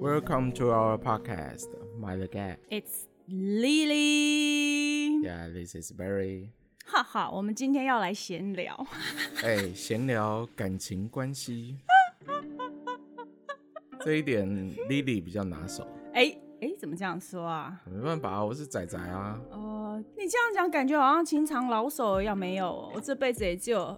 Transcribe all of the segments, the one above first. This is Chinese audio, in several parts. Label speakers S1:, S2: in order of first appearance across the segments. S1: Welcome to our podcast, My the Gap.
S2: It's Lily，
S1: Yeah, this is very
S2: 哈哈，我们今天要来闲聊，
S1: 哎闲聊感情关系，这一点 Lily 比较拿手。
S2: 哎哎，怎么这样说啊？
S1: 没办法啊，我是仔仔啊，
S2: 哦，你这样讲，感觉好像情场老手一样，没有，哦我这辈子也 只有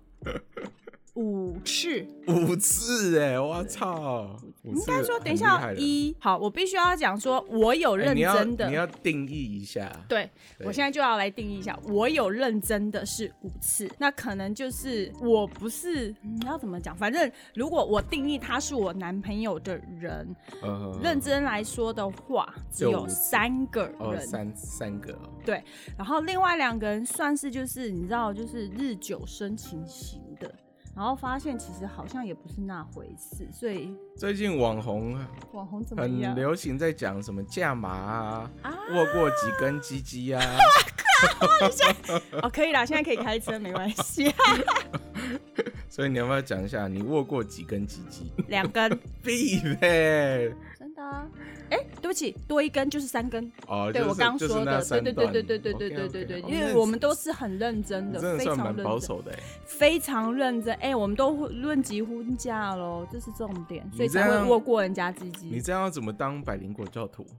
S2: 五次。
S1: 五次哎、我操！五次
S2: 应该说，等
S1: 很
S2: 一
S1: 厉害
S2: 下
S1: 了
S2: 一好，我必须要讲说，我有
S1: 哎
S2: 认
S1: 你要
S2: 真的。
S1: 你要定义一下，
S2: 对，
S1: 对
S2: 我现在就要来定义一下，我有认真的是五次，那可能就是我不是，嗯，要怎么讲？反正如果我定义他是我男朋友的人，
S1: 呃
S2: 认真来说的话，只
S1: 就五
S2: 有
S1: 次
S2: 三个人，
S1: 哦三三个哦，
S2: 然后另外两个人算是就是你知道就是日久生情型的，然后发现其实好像也不是那回事，所以
S1: 最近网红
S2: 网红怎么
S1: 很
S2: 样？
S1: 流行在讲什么价码啊，
S2: 啊
S1: 握过几根鸡鸡啊，
S2: 哦，可以啦，现在可以开车没关系，
S1: 所以你要不要讲一下你握过几根鸡 鸡？
S2: 两根
S1: 必呗！
S2: 真的、啊，哎、对不起，多一根就是三根。
S1: 哦，
S2: 对
S1: 就是
S2: 我刚
S1: 就是
S2: 说
S1: 那
S2: 的，对
S1: 三
S2: 对对
S1: 段
S2: 对对对对
S1: OK，OK，
S2: 对对对，
S1: 哦
S2: 因
S1: 那
S2: 为
S1: 你
S2: 我们都是很认真
S1: 你
S2: 的，
S1: 真的
S2: 非
S1: 算
S2: 常
S1: 蛮
S2: 认
S1: 保
S2: 真，嗯
S1: 守的欸，
S2: 非常认真。哎，我们都会论及婚嫁喽，这是重点，所以
S1: 你这
S2: 才会
S1: 样
S2: 握过人家鸡
S1: 你
S2: 鸡。
S1: 这样要怎么当百灵果教 徒？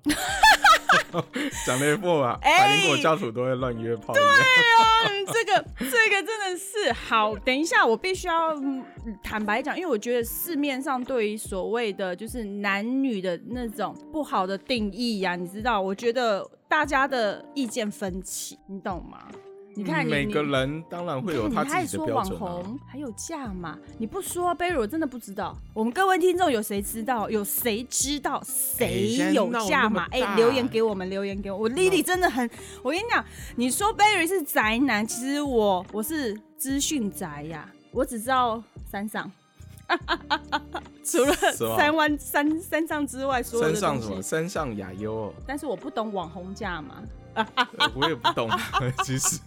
S1: 讲了一副吧，
S2: 哎
S1: 啊百灵果教徒都会乱约炮一样。
S2: 哎这个这个真的是好。等一下，我必须要嗯坦白讲，因为我觉得市面上对于所谓的就是男女的那种不好的定义呀、你知道，我觉得大家的意见分歧，你懂吗？你看你，
S1: 嗯每
S2: 你
S1: 个人当然会有他
S2: 哎你还
S1: 自己的
S2: 说
S1: 标
S2: 网
S1: 准啊。
S2: 红还有价嘛？你不说，贝瑞，我真的不知道。我们各位听众有谁知道？有谁知道谁有价嘛？
S1: 哎现
S2: 哎、
S1: 在闹那么大
S2: 留言给我们，留言给我。我 Lily 真的很，我跟你讲，你说贝瑞是宅男，其实我我是资讯宅呀、我只知道山上。除了
S1: 是吗
S2: 三湾山山上之外，所有
S1: 身
S2: 的
S1: 上
S2: 东
S1: 什么？
S2: 西，
S1: 身上亚优哦，
S2: 但是我不懂网红价嘛，
S1: 呃我也不懂， 其实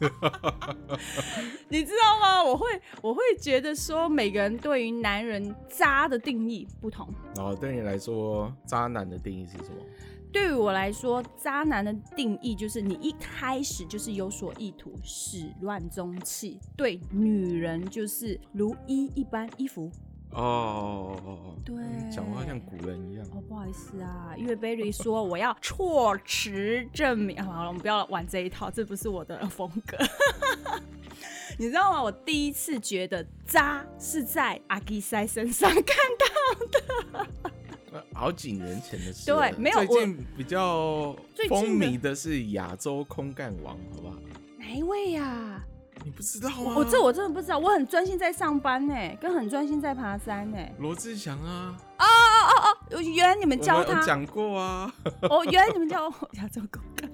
S2: 你知道吗？我会我会觉得说，每个人对于男人渣的定义不同。
S1: 然后哦对你来说，渣男的定义是什么？
S2: 对于我来说，渣男的定义就是你一开始就是有所意图，始乱终弃，对女人就是如衣一般衣服。
S1: 哦，
S2: 对
S1: 嗯讲话像古人一样。
S2: 哦，不好意思啊，因为 Berry 说我要措辞证明。啊好了，我们不要玩这一套，这不是我的风格。 你知道吗？我第一次觉得渣是在阿基塞身上看到。
S1: 那呃好几年前的事了，
S2: 对没有
S1: 最近比较
S2: 最
S1: 风
S2: 近的
S1: 靡的是亚洲空干王，好不好？
S2: 哪一位啊呀、
S1: 你不知道啊吗？
S2: 我、哦这我真的不知道，我很专心在上班呢、跟很专心在爬山欸呢、
S1: 罗志祥啊，
S2: 哦，原来你们教
S1: 我们有
S2: 他，
S1: 讲过啊，
S2: 哦，原来你们教 亚洲狗干。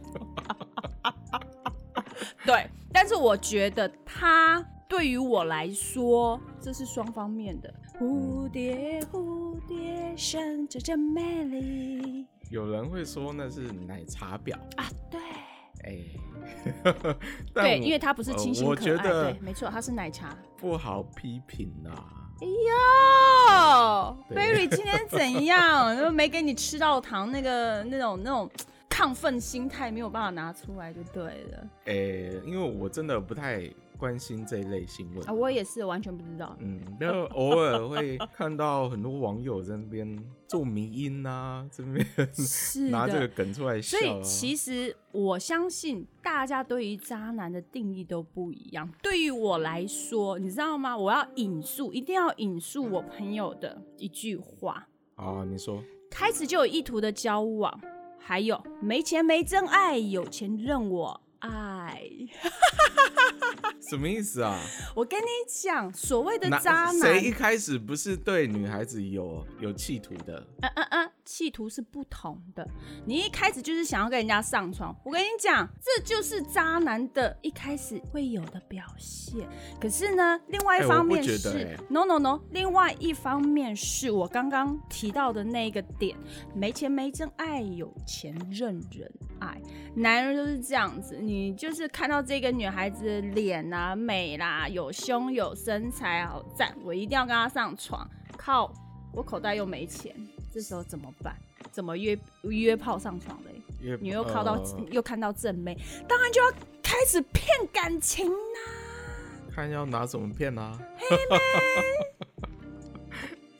S2: 对，但是我觉得他对于我来说，这是双方面的。蝴蝶，蝴蝶生着真美丽
S1: 有人会说那是奶茶婊，
S2: 啊！对，
S1: 哎、 但
S2: 对，
S1: 我
S2: 因为他不是清新
S1: 呃我
S2: 可爱，
S1: 觉得
S2: 对，没错，他是奶茶。
S1: 不好批评啊。
S2: 哦
S1: 对
S2: ，Berry 今天怎 样？又没给你吃到糖，那个那种那种亢奋心态没有办法拿出来就对了
S1: 哎、因为我真的不太关心这一类新闻
S2: 啊！我也是完全不 知道。
S1: 嗯，然后偶尔会看到很多网友在那边做迷音啊，这边
S2: 是
S1: 拿这个
S2: 的，
S1: 梗出来笑、
S2: 所
S1: 啊。
S2: 以其实我相信大家对于渣男的定义都不一样。对于我来说，你知道吗？我要引述，一定要引述我朋友的一句话：
S1: 啊，你说
S2: 开始就有意图的交往，还有没钱没真爱，有钱任我爱。
S1: 什么意思啊？
S2: 我跟你讲，所谓的
S1: 哪
S2: 渣男
S1: 谁，一开始不是对女孩子有有企图的？
S2: 嗯嗯嗯，企图是不同的。你一开始就是想要跟人家上床，我跟你讲，这就是渣男的一开始会有的表现。可是呢，另外一
S1: 哎
S2: 方
S1: 我不
S2: 面
S1: 觉
S2: 是、
S1: 得哎
S2: no no no，另外一方面是我刚刚提到的那个点，没钱没真爱，有钱任人爱。男人就是这样子，你就是看到这个女孩子的脸啊美啦，有胸有身材，好赞，我一定要跟她上床，靠我口袋又没钱，这时候怎么办？怎么约约炮上床嘞？
S1: 也
S2: 你又靠到、
S1: 呃
S2: 又看到正妹，当然就要开始骗感情啦、
S1: 看要拿什么骗啊？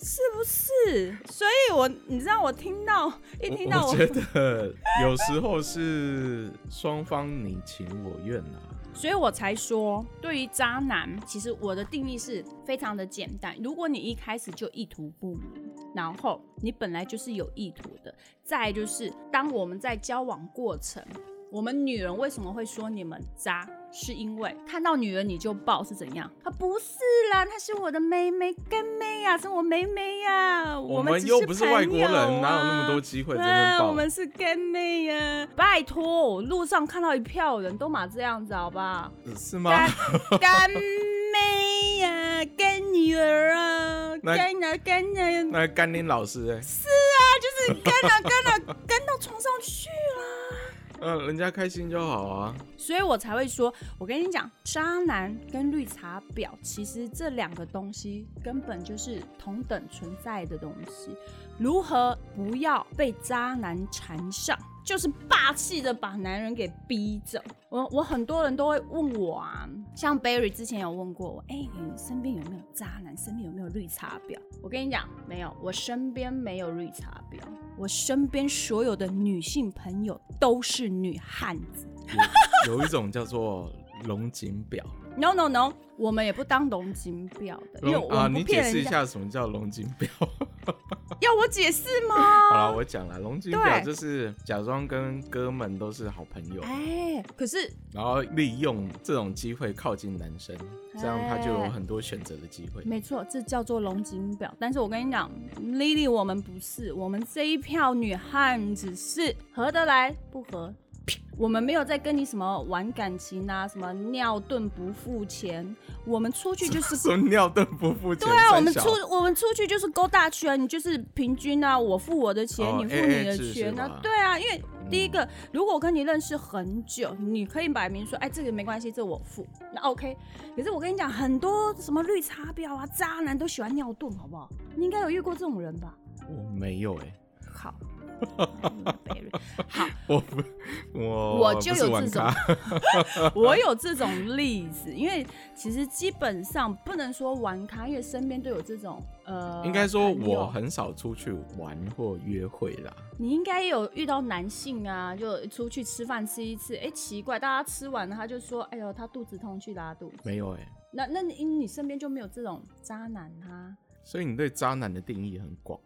S2: 是不是？所以我你知道我听到一听到
S1: 我
S2: 我
S1: 觉得有时候是双方你情我愿啊。
S2: 所以我才说，对于渣男，其实我的定义是非常的简单。如果你一开始就意图不明，然后你本来就是有意图的，再就是当我们在交往过程，我们女人为什么会说你们渣？是因为看到女人你就抱是怎样？啊，不是啦，她是我的妹妹干妹呀、是我妹妹呀、
S1: 我
S2: 们
S1: 们
S2: 只
S1: 又
S2: 是
S1: 不是外国人，
S2: 朋友啊
S1: 哪有那么多机会在那
S2: 啊，
S1: 边
S2: 我
S1: 报？
S2: 们是干妹呀！拜托，我路上看到一票人都嘛这样子，好不 好？
S1: 呃是吗？
S2: 干干妹呀、干女儿啊，
S1: 那
S2: 干啊干啊，
S1: 那甘霖老师、欸，
S2: 是啊，就是干啊干啊干到床上去啦。
S1: 嗯、人家开心就好啊。
S2: 所以我才会说，我跟你讲，渣男跟绿茶婊，其实这两个东西根本就是同等存在的东西。如何不要被渣男缠上，就是霸气的把男人给逼走。我我很多人都会问我啊，像 Barry 之前有问过我，哎、你身边有没有渣男？身边有没有绿茶婊？我跟你讲，没有，我身边没有绿茶婊，我身边所有的女性朋友都是女汉子。
S1: 有有一种叫做龙井表，
S2: No no no，我们也不当龙井表的，因为
S1: 龙
S2: 我
S1: 啊，
S2: 们不
S1: 你
S2: 骗
S1: 解
S2: 人
S1: 释一
S2: 家。
S1: 下什么叫龙井表？
S2: 要我解释
S1: 好
S2: 吗？
S1: 了，我讲了，龙井表
S2: 哦对
S1: 就是假装跟哥们都是好朋友，
S2: 哎，可是
S1: 然后利用这种机会靠近男生，这样他就有
S2: 哎
S1: 很多选择的机会。
S2: 没错，这叫做龙井表。但是我跟你讲，Lily，我们不是，我们这一票女汉子是合得来不合。 我们没有在跟你什么玩感情啊，什么尿遁不付钱，我们出 去就是
S1: 说尿遁不付钱，
S2: 对啊，我们
S1: 三
S2: 出
S1: 小
S2: 我们出去就是勾大圈，你就是平均啊，我付我的钱，
S1: 哦
S2: 你付
S1: AA
S2: 你的
S1: 制是
S2: 钱啊
S1: 吧，
S2: 对啊，因为
S1: 嗯
S2: 第一个，如果我跟你认识很久，你可以摆明说，哎，这个没关系，这我付，那 OK。可是我跟你讲，很多什么绿茶婊啊、渣男都喜欢尿遁，好不好？你应该有遇过这种人吧？
S1: 我没有哎、
S2: 好。好，
S1: 我不，我
S2: 我就
S1: 不是
S2: 有
S1: 玩
S2: 这种
S1: 咖
S2: 我有这种例子，因为其实基本上不能说玩咖，因为身边都有这种呃，
S1: 应该说
S2: 朋友
S1: 我很少出去玩或约会啦。
S2: 你应该也有遇到男性啊，就出去吃饭吃一次，哎、奇怪，大家吃完了他就说，哎呦，他肚子痛去拉肚子。
S1: 没有哎、
S2: 那那你你身边就没有这种渣男啊？
S1: 所以你对渣男的定义很广。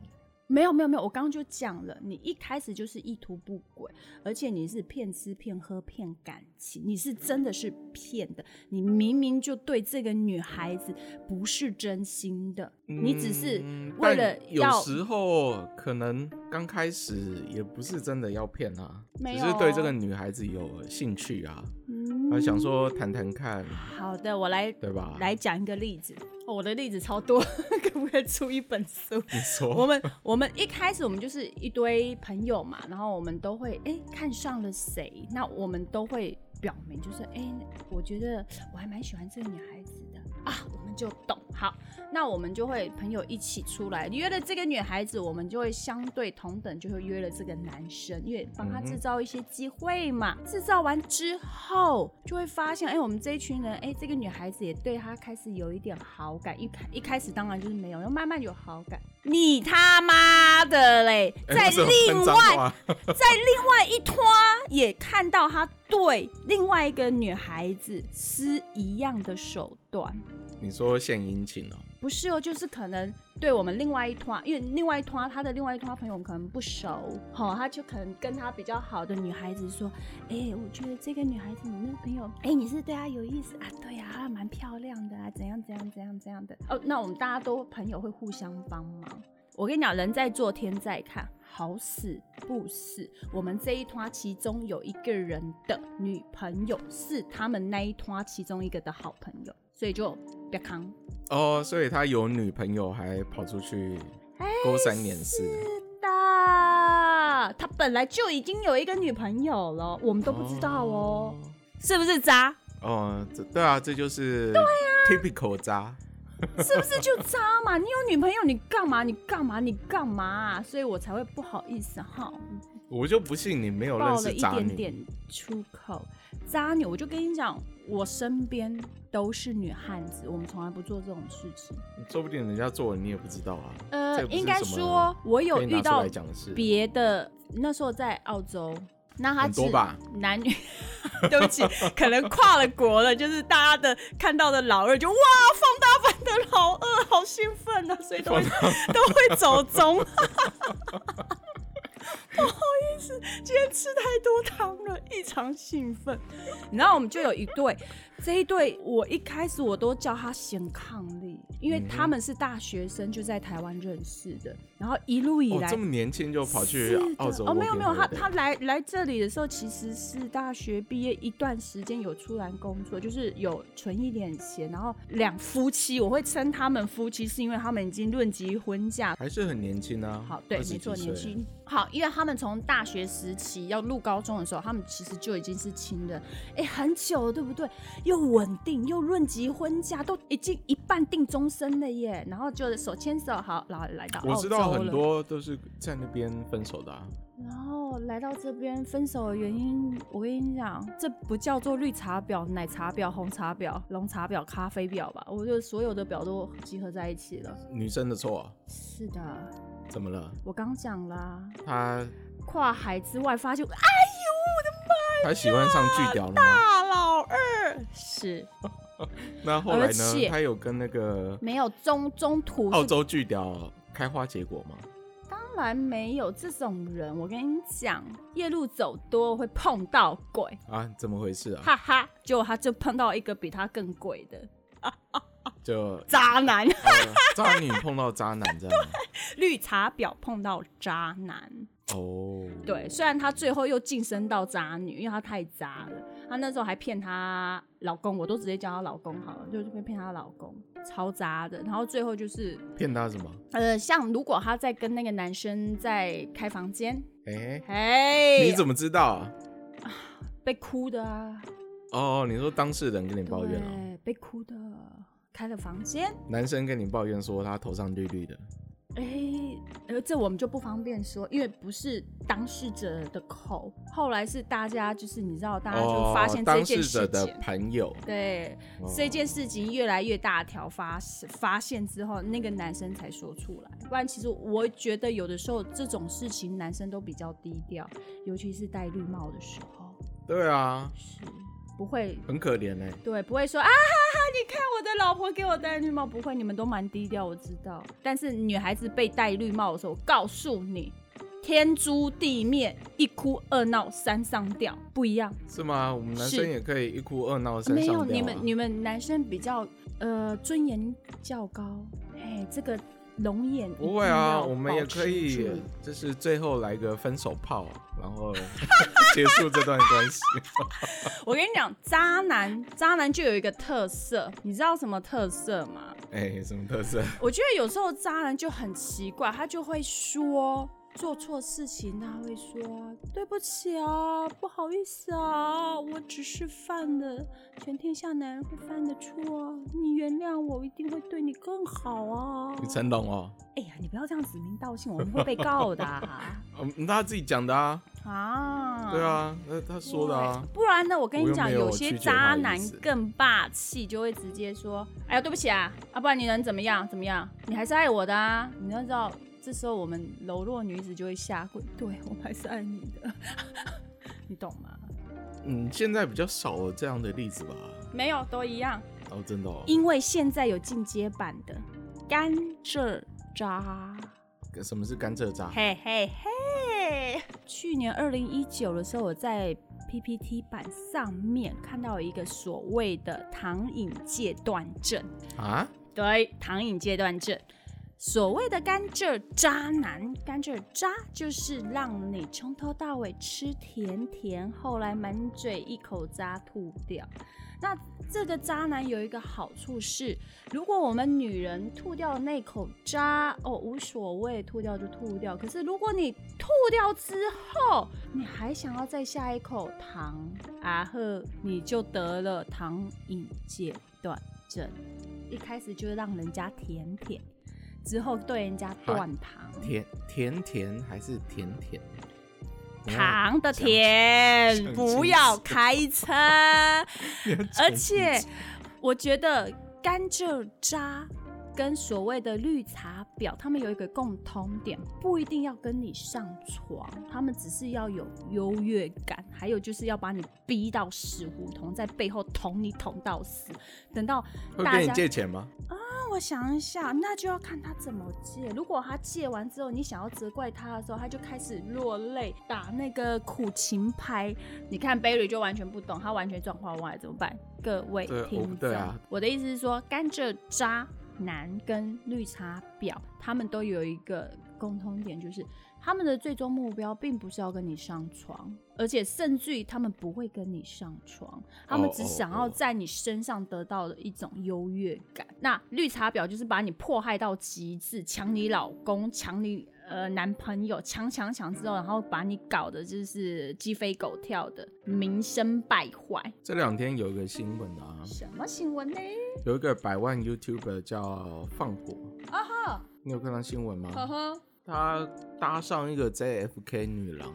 S2: 没有没有没有，我刚刚就讲了，你一开始就是意图不轨，而且你是骗吃骗喝骗感情，你是真的是骗的，你明明就对这个女孩子不是真心的，你只是
S1: 嗯但
S2: 为了
S1: 有
S2: 要
S1: 时候可能刚开始也不是真的要骗啊，
S2: 没
S1: 只
S2: 有
S1: 是对这个女孩子有兴趣啊，
S2: 嗯
S1: 啊想说谈谈看，
S2: 好的，我来
S1: 对吧？
S2: 来，讲一个例子、哦，我的例子超多， 可不可以出一本书？
S1: 你说
S2: 我们我们一开始我们就是一堆朋友嘛，然后我们都会哎、看上了谁，那我们都会表明就是哎、我觉得我还蛮喜欢这个女孩子的啊，我们就懂好，那我们就会朋友一起出来约了这个女孩子，我们就会相对同等就会约了这个男生，因为帮他
S1: 嗯哼
S2: 制造一些机会嘛。制造完之后，就会发现哎、我们这一群人哎、这个女孩子也对他开始有一点好感，一开一开始当然就是没有，要慢慢有好感。你他妈的嘞，
S1: 哎
S2: 在
S1: 为什么
S2: 另
S1: 喷脏
S2: 外
S1: 话
S2: 在另外一拖也看到他对另外一个女孩子施一样的手段，
S1: 你说献殷勤哦，
S2: 不是哦，就是可能对我们另外一拖，因为另外一拖他的另外一拖朋友可能不熟，好、他就可能跟他比较好的女孩子说，哎、我觉得这个女孩子你那个朋友，哎、你是对她有意思啊？对啊，她蛮漂亮的啊，怎样怎样怎样怎样的哦，那我们大家都朋友会互相帮忙。我跟你讲，人在做天在看，好死不死，我们这一团其中有一个人的女朋友是他们那一团其中一个的好朋友，所以就不要扛。
S1: 哦，所以他有女朋友还跑出去勾三连四，
S2: 哎
S1: 啊
S2: 是的，他本来就已经有一个女朋友了，我们都不知道哦，是不是渣？
S1: 哦，这对啊，这就是对啊，typical 渣。
S2: 是不是就渣嘛？你有女朋友，你干嘛？你干嘛？你干嘛、啊？所以我才会不好意思哈，
S1: 我就不信你没有认
S2: 爆了
S1: 识
S2: 一
S1: 渣
S2: 点
S1: 女。
S2: 点出口。渣女，我就跟你讲，我身边都是女汉子，我们从来不做这种事情。
S1: 说不定人家做了你也不知道啊。
S2: 呃
S1: 这，不是
S2: 应该
S1: 什么
S2: 说，我有
S1: 可以拿出
S2: 遇到
S1: 来讲的事，
S2: 别的，那时候在澳洲，那他
S1: 很多
S2: 是
S1: 吧
S2: 男女， 对不起，可能跨了国了，就是大家的看到的老二就哇，放大版的老二，好兴奋啊， 所以都会都会走中。 不好意思，今天吃太多糖了，异常兴奋。然后我们就有一对，这一对我一开始我都叫他贤伉俪，因为他们是大学生，就在台湾认识的，然后一路以
S1: 哦，
S2: 来
S1: 这么年轻就跑去
S2: 是的
S1: 澳洲 working holiday？
S2: 哦，没有没有，他他来来这里的时候，其实是大学毕业一段时间有出来工作，就是有存一点钱，然后两夫妻，我会称他们夫妻，是因为他们已经论及婚嫁。
S1: 还是很年轻啊。
S2: 好，对，
S1: 20
S2: 没错，
S1: 几
S2: 年
S1: 岁。
S2: 轻。好，因为他们从大学时期要入高中的时候，他们其实就已经是亲人，哎，很久了，对不对？又稳定，又论及婚嫁，都已经一半定终身了耶。然后就手牵手，好，然后来到
S1: 我
S2: 澳
S1: 知道
S2: 洲
S1: 很
S2: 了
S1: 多都是在那边分手的、啊，
S2: 然后来到这边分手的原因，我跟你讲，这不叫做绿茶婊、奶茶婊、红茶婊、龙茶婊、咖啡婊吧？我觉得所有的婊都集合在一起了。
S1: 女生的错啊、
S2: 是的，
S1: 怎么了？
S2: 我刚讲啦，
S1: 她
S2: 跨海之外发现，哎
S1: 她喜欢上巨屌了吗？
S2: 呀，啊老二是
S1: 那后来
S2: 而
S1: 呢？
S2: 且
S1: 她有跟那个
S2: 没有中中途
S1: 澳
S2: 是
S1: 洲巨屌开花结果吗？
S2: 当然没有这种人。我跟你讲，夜路走多会碰到鬼，
S1: 啊，怎么回事啊？
S2: 哈哈。结果他就碰到一个比他更鬼的
S1: 就
S2: 渣男。
S1: 呃渣女碰到渣男这样吗。
S2: 绿茶婊碰到渣男。
S1: 哦，
S2: 对，虽然她最后又晋升到渣女，因为她太渣了。她那时候还骗她老公，我都直接叫她老公好了，就是被骗她老公，超渣的。然后最后就是，
S1: 骗她什么？
S2: 呃，像如果她在跟那个男生在开房间，
S1: 哎、
S2: 哎，
S1: 你怎么知道啊？
S2: 被哭的啊？
S1: 哦，你说当事人跟你抱怨啊？
S2: 对，被哭的，开了房间，
S1: 男生跟你抱怨说他头上绿绿的，
S2: 哎、呃，这我们就不方便说，因为不是当事者的口。后来是大家，就是你知道，大家就发现
S1: 哦、
S2: 这
S1: 当
S2: 件
S1: 事
S2: 事
S1: 者的
S2: 情，
S1: 朋友，
S2: 对、
S1: 哦
S2: 这件事情越来越大条发发现之后，那个男生才说出来。不然，其实我觉得有的时候这种事情男生都比较低调，尤其是戴绿帽的时候，
S1: 对啊，
S2: 是不会
S1: 很可怜哎、
S2: 对，不会说啊哈哈，你看我的老婆给我戴绿帽，不会，你们都蛮低调，我知道。但是女孩子被戴绿帽的时候，我告诉你，天诛地灭，一哭二闹三上吊，不一样。
S1: 是吗？我们男
S2: 是
S1: 生也可以一哭二闹三
S2: 没
S1: 上吊、
S2: 有，
S1: 啊。
S2: 你们你们男生比较呃尊严较高，哎，这个龙眼一定
S1: 不会啊，
S2: 要
S1: 我们也可以
S2: 保持住，
S1: 就是最后来个分手炮，然后 结束这段关系。
S2: 我跟你讲，渣男渣男就有一个特色，你知道什么特色吗？
S1: 哎、什么特色？
S2: 我觉得有时候渣男就很奇怪，他就会说做错事情，他会说对不起啊，不好意思啊，我只是犯了全天下男人会犯的错啊，你原谅我，我一定会对你更好啊。
S1: 你成龙哦，
S2: 哎呀，你不要这样指名道姓，我们会被告的啊。
S1: 嗯，他自己讲的啊，
S2: 啊
S1: 对啊，那他说的啊，
S2: 不然呢？我跟你讲，
S1: 我又没有
S2: 些
S1: 拒绝
S2: 渣
S1: 他的意
S2: 男
S1: 思
S2: 更霸气，就会直接说：“哎呀，对不起啊，啊，不然你能怎么样？怎么样？你还是爱我的啊！”你要知道，这时候我们柔弱女子就会下跪，对我们还是爱你的， 你懂吗？
S1: 嗯，现在比较少有这样的例子吧？
S2: 没有，都一样，
S1: 哦，真的哦，
S2: 因为现在有进阶版的甘蔗渣。
S1: 什么是甘蔗渣？
S2: 嘿嘿嘿！去年二零一九的时候，我在 PPT 版上面看到一个所谓的糖瘾戒断症，
S1: 啊？
S2: 对，糖瘾戒断症。所谓的甘蔗渣男，甘蔗渣就是让你从头到尾吃甜甜，后来满嘴一口渣吐掉。那这个渣男有一个好处是，如果我们女人吐掉的那口渣，哦无所谓，吐掉就吐掉。可是如果你吐掉之后，你还想要再下一口糖，啊呵，你就得了糖瘾戒断症。一开始就让人家舔舔，之后对人家断糖，
S1: 甜甜甜还是甜甜？你要
S2: 糖的甜，
S1: 哦想
S2: 不要开车。
S1: 你要讲
S2: 而且
S1: 清楚
S2: 我觉得甘蔗渣跟所谓的绿茶婊，他们有一个共通点，不一定要跟你上床，他们只是要有优越感，还有就是要把你逼到死胡同，在背后捅你捅到死，等到
S1: 会
S2: 大
S1: 跟你
S2: 家。
S1: 借钱吗？
S2: 那我想一下，那就要看他怎么借。如果他借完之后，你想要责怪他的时候，他就开始落泪，打那个苦情牌。你看 Barry 就完全不懂，他完全状况外怎么办？各位
S1: 对我
S2: 听众，
S1: 对啊
S2: 我的意思是说，甘蔗渣男跟绿茶婊，他们都有一个共通点，就是他们的最终目标并不是要跟你上床，而且甚至于他们不会跟你上床，他们
S1: 哦
S2: 只
S1: 哦
S2: 想要
S1: 哦
S2: 在你身上得到的一种优越感。那绿茶婊就是把你迫害到极致，抢你老公，抢你呃男朋友，抢抢抢之后，然后把你搞得就是鸡飞狗跳的，名声败坏。
S1: 这两天有一个新闻啊，
S2: 什么新闻呢？
S1: 有一个百万 YouTuber 叫放火，
S2: 啊哈，
S1: 你有看到新闻吗？
S2: 呵呵，
S1: 他搭上一个 JFK 女郎，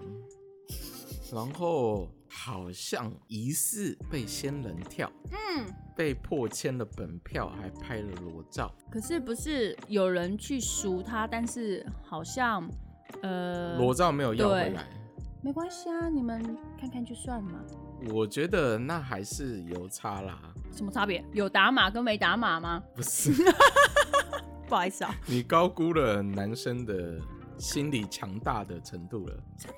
S1: 然后好像疑似被仙人跳，
S2: 嗯。
S1: 被迫签了本票，还拍了裸照。
S2: 可是不是有人去赎他，但是好像呃，
S1: 裸照没有要回来，
S2: 没关系啊，你们看看就算嘛。
S1: 我觉得那还是有差啦。
S2: 什么差别？有打码跟没打码吗？
S1: 不是，
S2: 不好意思啊，
S1: 你高估了男生的心理强大的程度了。
S2: 他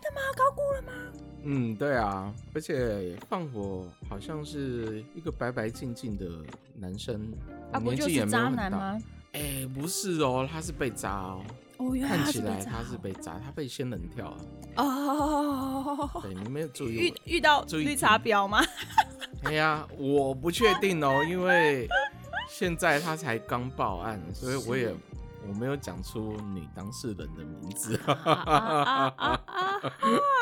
S2: 高估了吗？
S1: 嗯，对啊，而且放火好像是一个白白净净的男生，
S2: 啊，不
S1: 年
S2: 就
S1: 纪也
S2: 是
S1: 没有
S2: 渣
S1: 很
S2: 男
S1: 大。
S2: 吗？
S1: 哎、不是哦，他是被扎哦，
S2: 哦，原来
S1: 看
S2: 他
S1: 起
S2: 是被
S1: 来
S2: 渣
S1: 他是被扎，他被仙人跳啊。
S2: 哦，
S1: 对，你没有注意
S2: 遇
S1: 我。
S2: 遇到
S1: 注意
S2: 绿
S1: 听
S2: 茶婊吗？
S1: 哎呀，我不确定哦，因为现在他才刚报案，所以我也
S2: 是
S1: 我没有讲出女当事人的名字。
S2: 啊啊啊啊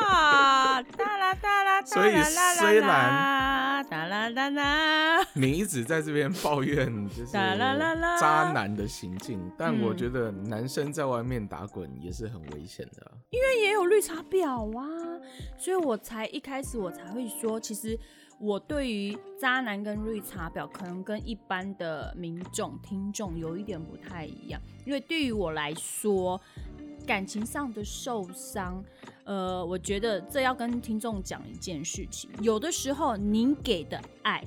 S2: 啊！哒啦哒啦，
S1: 所以
S2: 哒啦啦
S1: 虽
S2: 啦
S1: 然
S2: 哒啦啦啦，
S1: 你一直在这边抱怨就是
S2: 哒啦啦啦
S1: 渣男的行径，但我
S2: 嗯
S1: 觉得男生在外面打滚也是很危险的啊。
S2: 也有绿茶婊啊，所以我才一开始我才会说，其实我对于渣男跟绿茶婊，可能跟一般的民众听众有一点不太一样，因为对于我来说，感情上的受伤，呃，我觉得这要跟听众讲一件事情，有的时候您给的爱，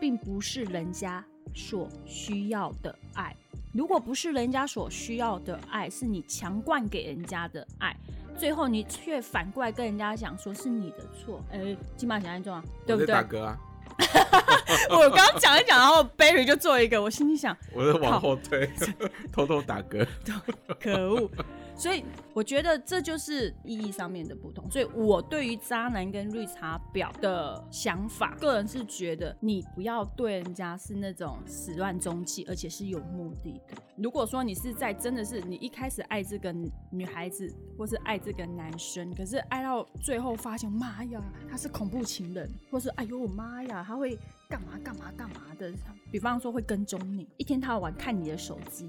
S2: 并不是人家所需要的爱。如果不是人家所需要的爱，是你强灌给人家的爱，最后你却反过来跟人家讲说是你的错，哎、起码想一中啊，对不
S1: 我在打
S2: 对？
S1: 嗝啊，
S2: 我刚刚讲一讲，然后 Barry 就做一个，我心里想，
S1: 我在往后推， 偷偷打嗝。
S2: 可恶。所以我觉得这就是意义上面的不同。所以我对于渣男跟绿茶婊的想法，个人是觉得你不要对人家是那种始乱终弃，而且是有目的的。如果说你是在真的是你一开始爱这个女孩子，或是爱这个男生，可是爱到最后发现，妈呀，他是恐怖情人，或是哎呦我妈呀，他会干嘛干嘛干嘛的。比方说会跟踪你，一天到晚看你的手机，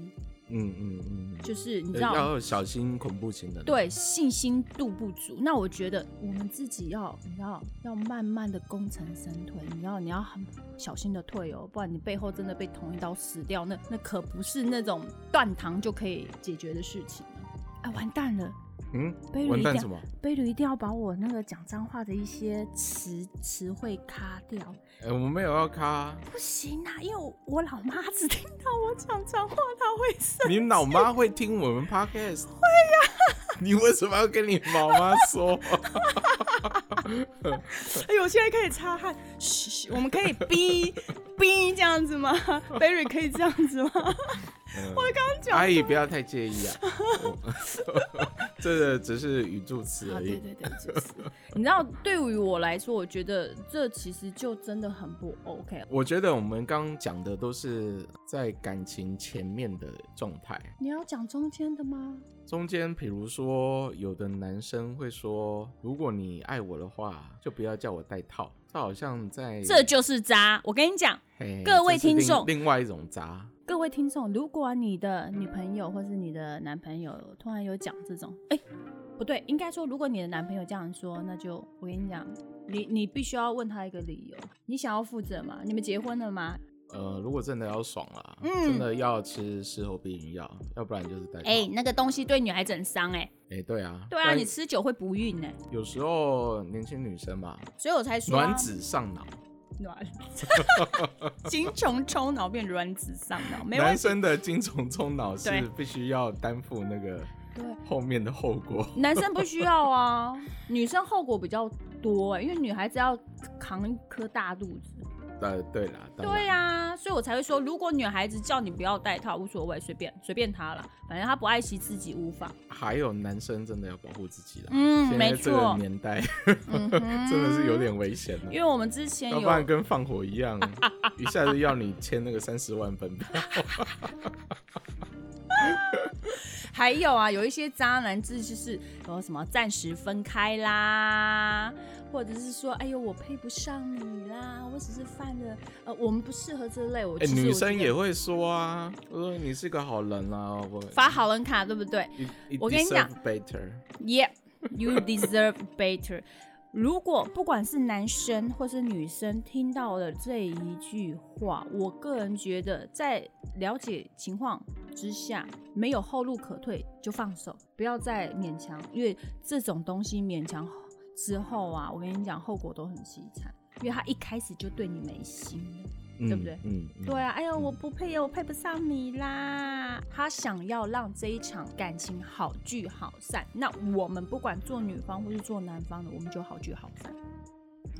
S1: 嗯嗯嗯，
S2: 就是你知道
S1: 要小心恐怖情人。
S2: 对，信心度不足。那我觉得我们自己要，你知道，要慢慢的功成身退，你要你要很小心的退哦，不然你背后真的被捅一刀死掉，那那可不是那种断糖就可以解决的事情了。哎，完蛋了！
S1: 嗯
S2: 被，
S1: 完
S2: 绿
S1: 蛋
S2: 掉
S1: 什么？
S2: 贝鲁一定要把我那个讲脏话的一些词词汇卡掉，
S1: 哎、我没有要卡啊、
S2: 不行啊，因为我我老妈只听到我讲脏话，她会生
S1: 你老妈会听我们 podcast？会呀、你为什么要跟你老妈 说？
S2: 哎呦，我现在开始擦汗，嘘，嘘我们可以逼逼这样子吗？Berry 可以这样子吗？
S1: 嗯
S2: 刚讲
S1: 阿姨不要太 介意啊，我这个只是语助词
S2: 啊，
S1: 而
S2: 对
S1: 已。
S2: 对对，就是。你知道，对于我来说，我觉得这其实就真的很不 OK。
S1: 我觉得我们刚刚讲的都是在感情前面的状态，
S2: 你要讲中间的吗？
S1: 中间比如说有的男生会说，如果你爱我的话，就不要叫我戴套。这好像在
S2: 这就是渣。我跟你讲，
S1: 嘿
S2: 各位
S1: 这是
S2: 听众
S1: 另另外一种渣，
S2: 各位听众，如果啊你的女朋友或是你的男朋友突然有讲这种，哎、不对，应该说，如果你的男朋友这样说，那就我跟你讲，你你必须要问他一个理由，你想要负责吗？你们结婚了吗？
S1: 呃，如果真的要爽啦，
S2: 嗯
S1: 真的要吃事后避孕药，要不然就是戴套。
S2: 哎、那个东西对女孩子很伤哎、
S1: 哎、对啊，
S2: 对啊，
S1: 但
S2: 你吃久会不孕哎、
S1: 有时候年轻女生嘛，
S2: 所以我才说、啊、
S1: 卵 子上脑，
S2: 卵，精虫充脑变卵子上脑，没问
S1: 男
S2: 题。
S1: 生的精虫充脑
S2: 对
S1: 是必须要担负那个
S2: 对，
S1: 后面的后果。
S2: 男生不需 要啊，女生后果比较多哎、因为女孩子要扛一颗大肚子。
S1: 呃，对啦，当然
S2: 对啊，所以我才会说，如果女孩子叫你不要戴套，无所谓，随便随便她啦，反正她不爱惜自己无妨。
S1: 还有男生真的要保护自己啦。
S2: 嗯，
S1: 现在
S2: 没
S1: 这个
S2: 错，
S1: 年代
S2: 嗯哼
S1: 真的是有，点危险了、啊
S2: 因为我们之前
S1: 要
S2: 有
S1: 不然跟放火一样，啊 一下子要你签那个三十万本票。
S2: 还有啊，有一些渣男字就是有什么暂时分开啦，或者是说，哎呦，我配不上你啦，我只是犯了，呃，我们不适合这 类。我
S1: 哎、
S2: 其实我
S1: 女生
S2: 觉得
S1: 也会说啊，说你是个好人啊，我
S2: 发好人卡，对不对
S1: you- you
S2: 我跟你讲
S1: deserve，better，
S2: ？Yeah，you deserve better。如果不管是男生或是女生听到了这一句话，我个人觉得在了解情况之下，没有后路可退就放手，不要再勉强，因为这种东西勉强之后啊，我跟你讲后果都很凄惨，因为他一开始就对你没心了。对不对
S1: 嗯，嗯
S2: 对啊，哎呦，我不配哦，我配不上你啦。他想要让这一场感情好聚好散，那我们不管做女方或是做男方的，我们就好聚好散，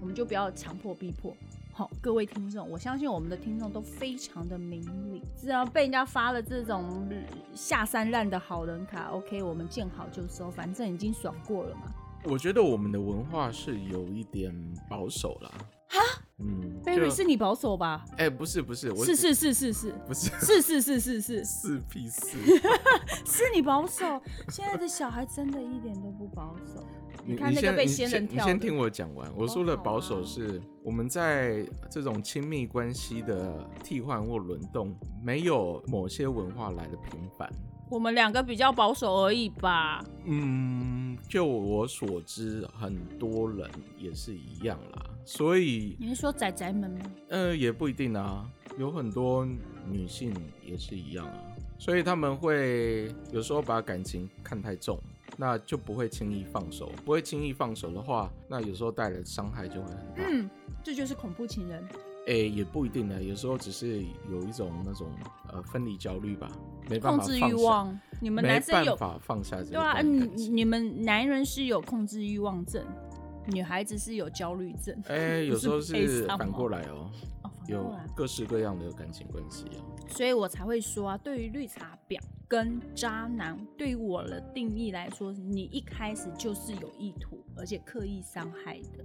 S2: 我们就不要强迫逼迫。好，各位听众，我相信我们的听众都非常的明理，只要被人家发了这种呃下三滥的好人卡，OK，我们见好就收，反正已经爽过了嘛。
S1: 我觉得我们的文化是有一点保守啦。哈，嗯
S2: Barry，
S1: 就是
S2: 你保守吧？
S1: 哎、不是不是，我
S2: 是是是是是
S1: 不是
S2: 是是是是是。
S1: 是屁事？
S2: 是你保守，现在的小孩真的一点都不保守。你
S1: 你
S2: 看那个
S1: 先
S2: 被
S1: 你
S2: 仙人
S1: 先你
S2: 跳
S1: 先
S2: 的
S1: 听我讲完。我
S2: 哦
S1: 说的
S2: 好
S1: 保
S2: 啊
S1: 守是、我们在这种亲密关系的替换或轮动，没有某些文化来的频繁。
S2: 我们两个比较保守而已吧。
S1: 嗯，就我所知，很多人也是一样啦。所以，
S2: 你是说仔仔们吗？
S1: 呃，也不一定啊，有很多女性也是一样啊，所以他们会有时候把感情看太重，那就不会轻易放手，不会轻易放手的话，那有时候带来的伤害就会很大。哎、
S2: 嗯，这就是恐怖情人。
S1: 也不一定呢，有时候只是有一种那种呃分离焦虑吧，没办
S2: 控
S1: 法
S2: 制
S1: 放
S2: 欲
S1: 下，
S2: 望，你们
S1: 没
S2: 男生有
S1: 办法放下这
S2: 对啊？
S1: 段
S2: 你
S1: 感情。
S2: 你们男人是有控制欲望症，女孩子是有焦虑症。
S1: 哎、 有时候
S2: 不是悲
S1: 是
S2: 伤
S1: 反
S2: 吗
S1: 过来哦，
S2: 哦，反
S1: 有
S2: 过来
S1: 各式各样的感情关系啊。
S2: 所以我才会说啊，对于绿茶婊跟渣男，对于我的定义来说，你一开始就是有意图，而且刻意伤害的，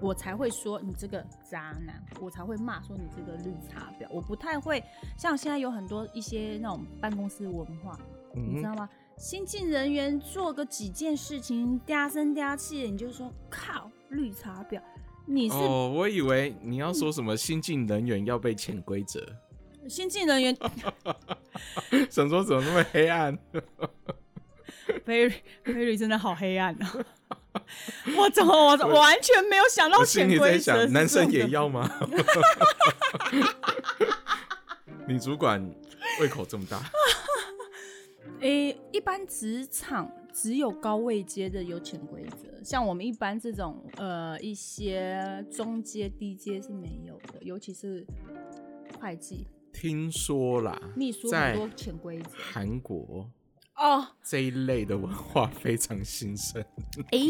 S2: 我才会说你这个渣男，我才会骂说你这个绿茶婊。我不太会像现在有很多一些那种办公室文化，你
S1: 嗯哼，
S2: 知道吗？新进人员做个几件事情，嗲声嗲气的，你就说靠绿茶婊，你是嗯
S1: 哦，我以为你要说什么新进人员要被潜规则，
S2: 新进 人员
S1: 想说怎么那么黑 暗？
S2: Perry Perry 真的好黑暗啊！ 我怎么我我完全没有想到
S1: 我心
S2: 潜
S1: 里在
S2: 规则是这种的，
S1: 想，男生也要吗？ 女主管胃口这么大，
S2: 诶、一般职场只有高位阶的有潜规则，像我们一般这种呃一些中阶、低阶是没有的，尤其是会计、
S1: 听说 啦，
S2: 秘书很
S1: 在
S2: 多潜规则
S1: 韩国
S2: 哦。
S1: 这一类的文化非常兴盛。
S2: 诶、哎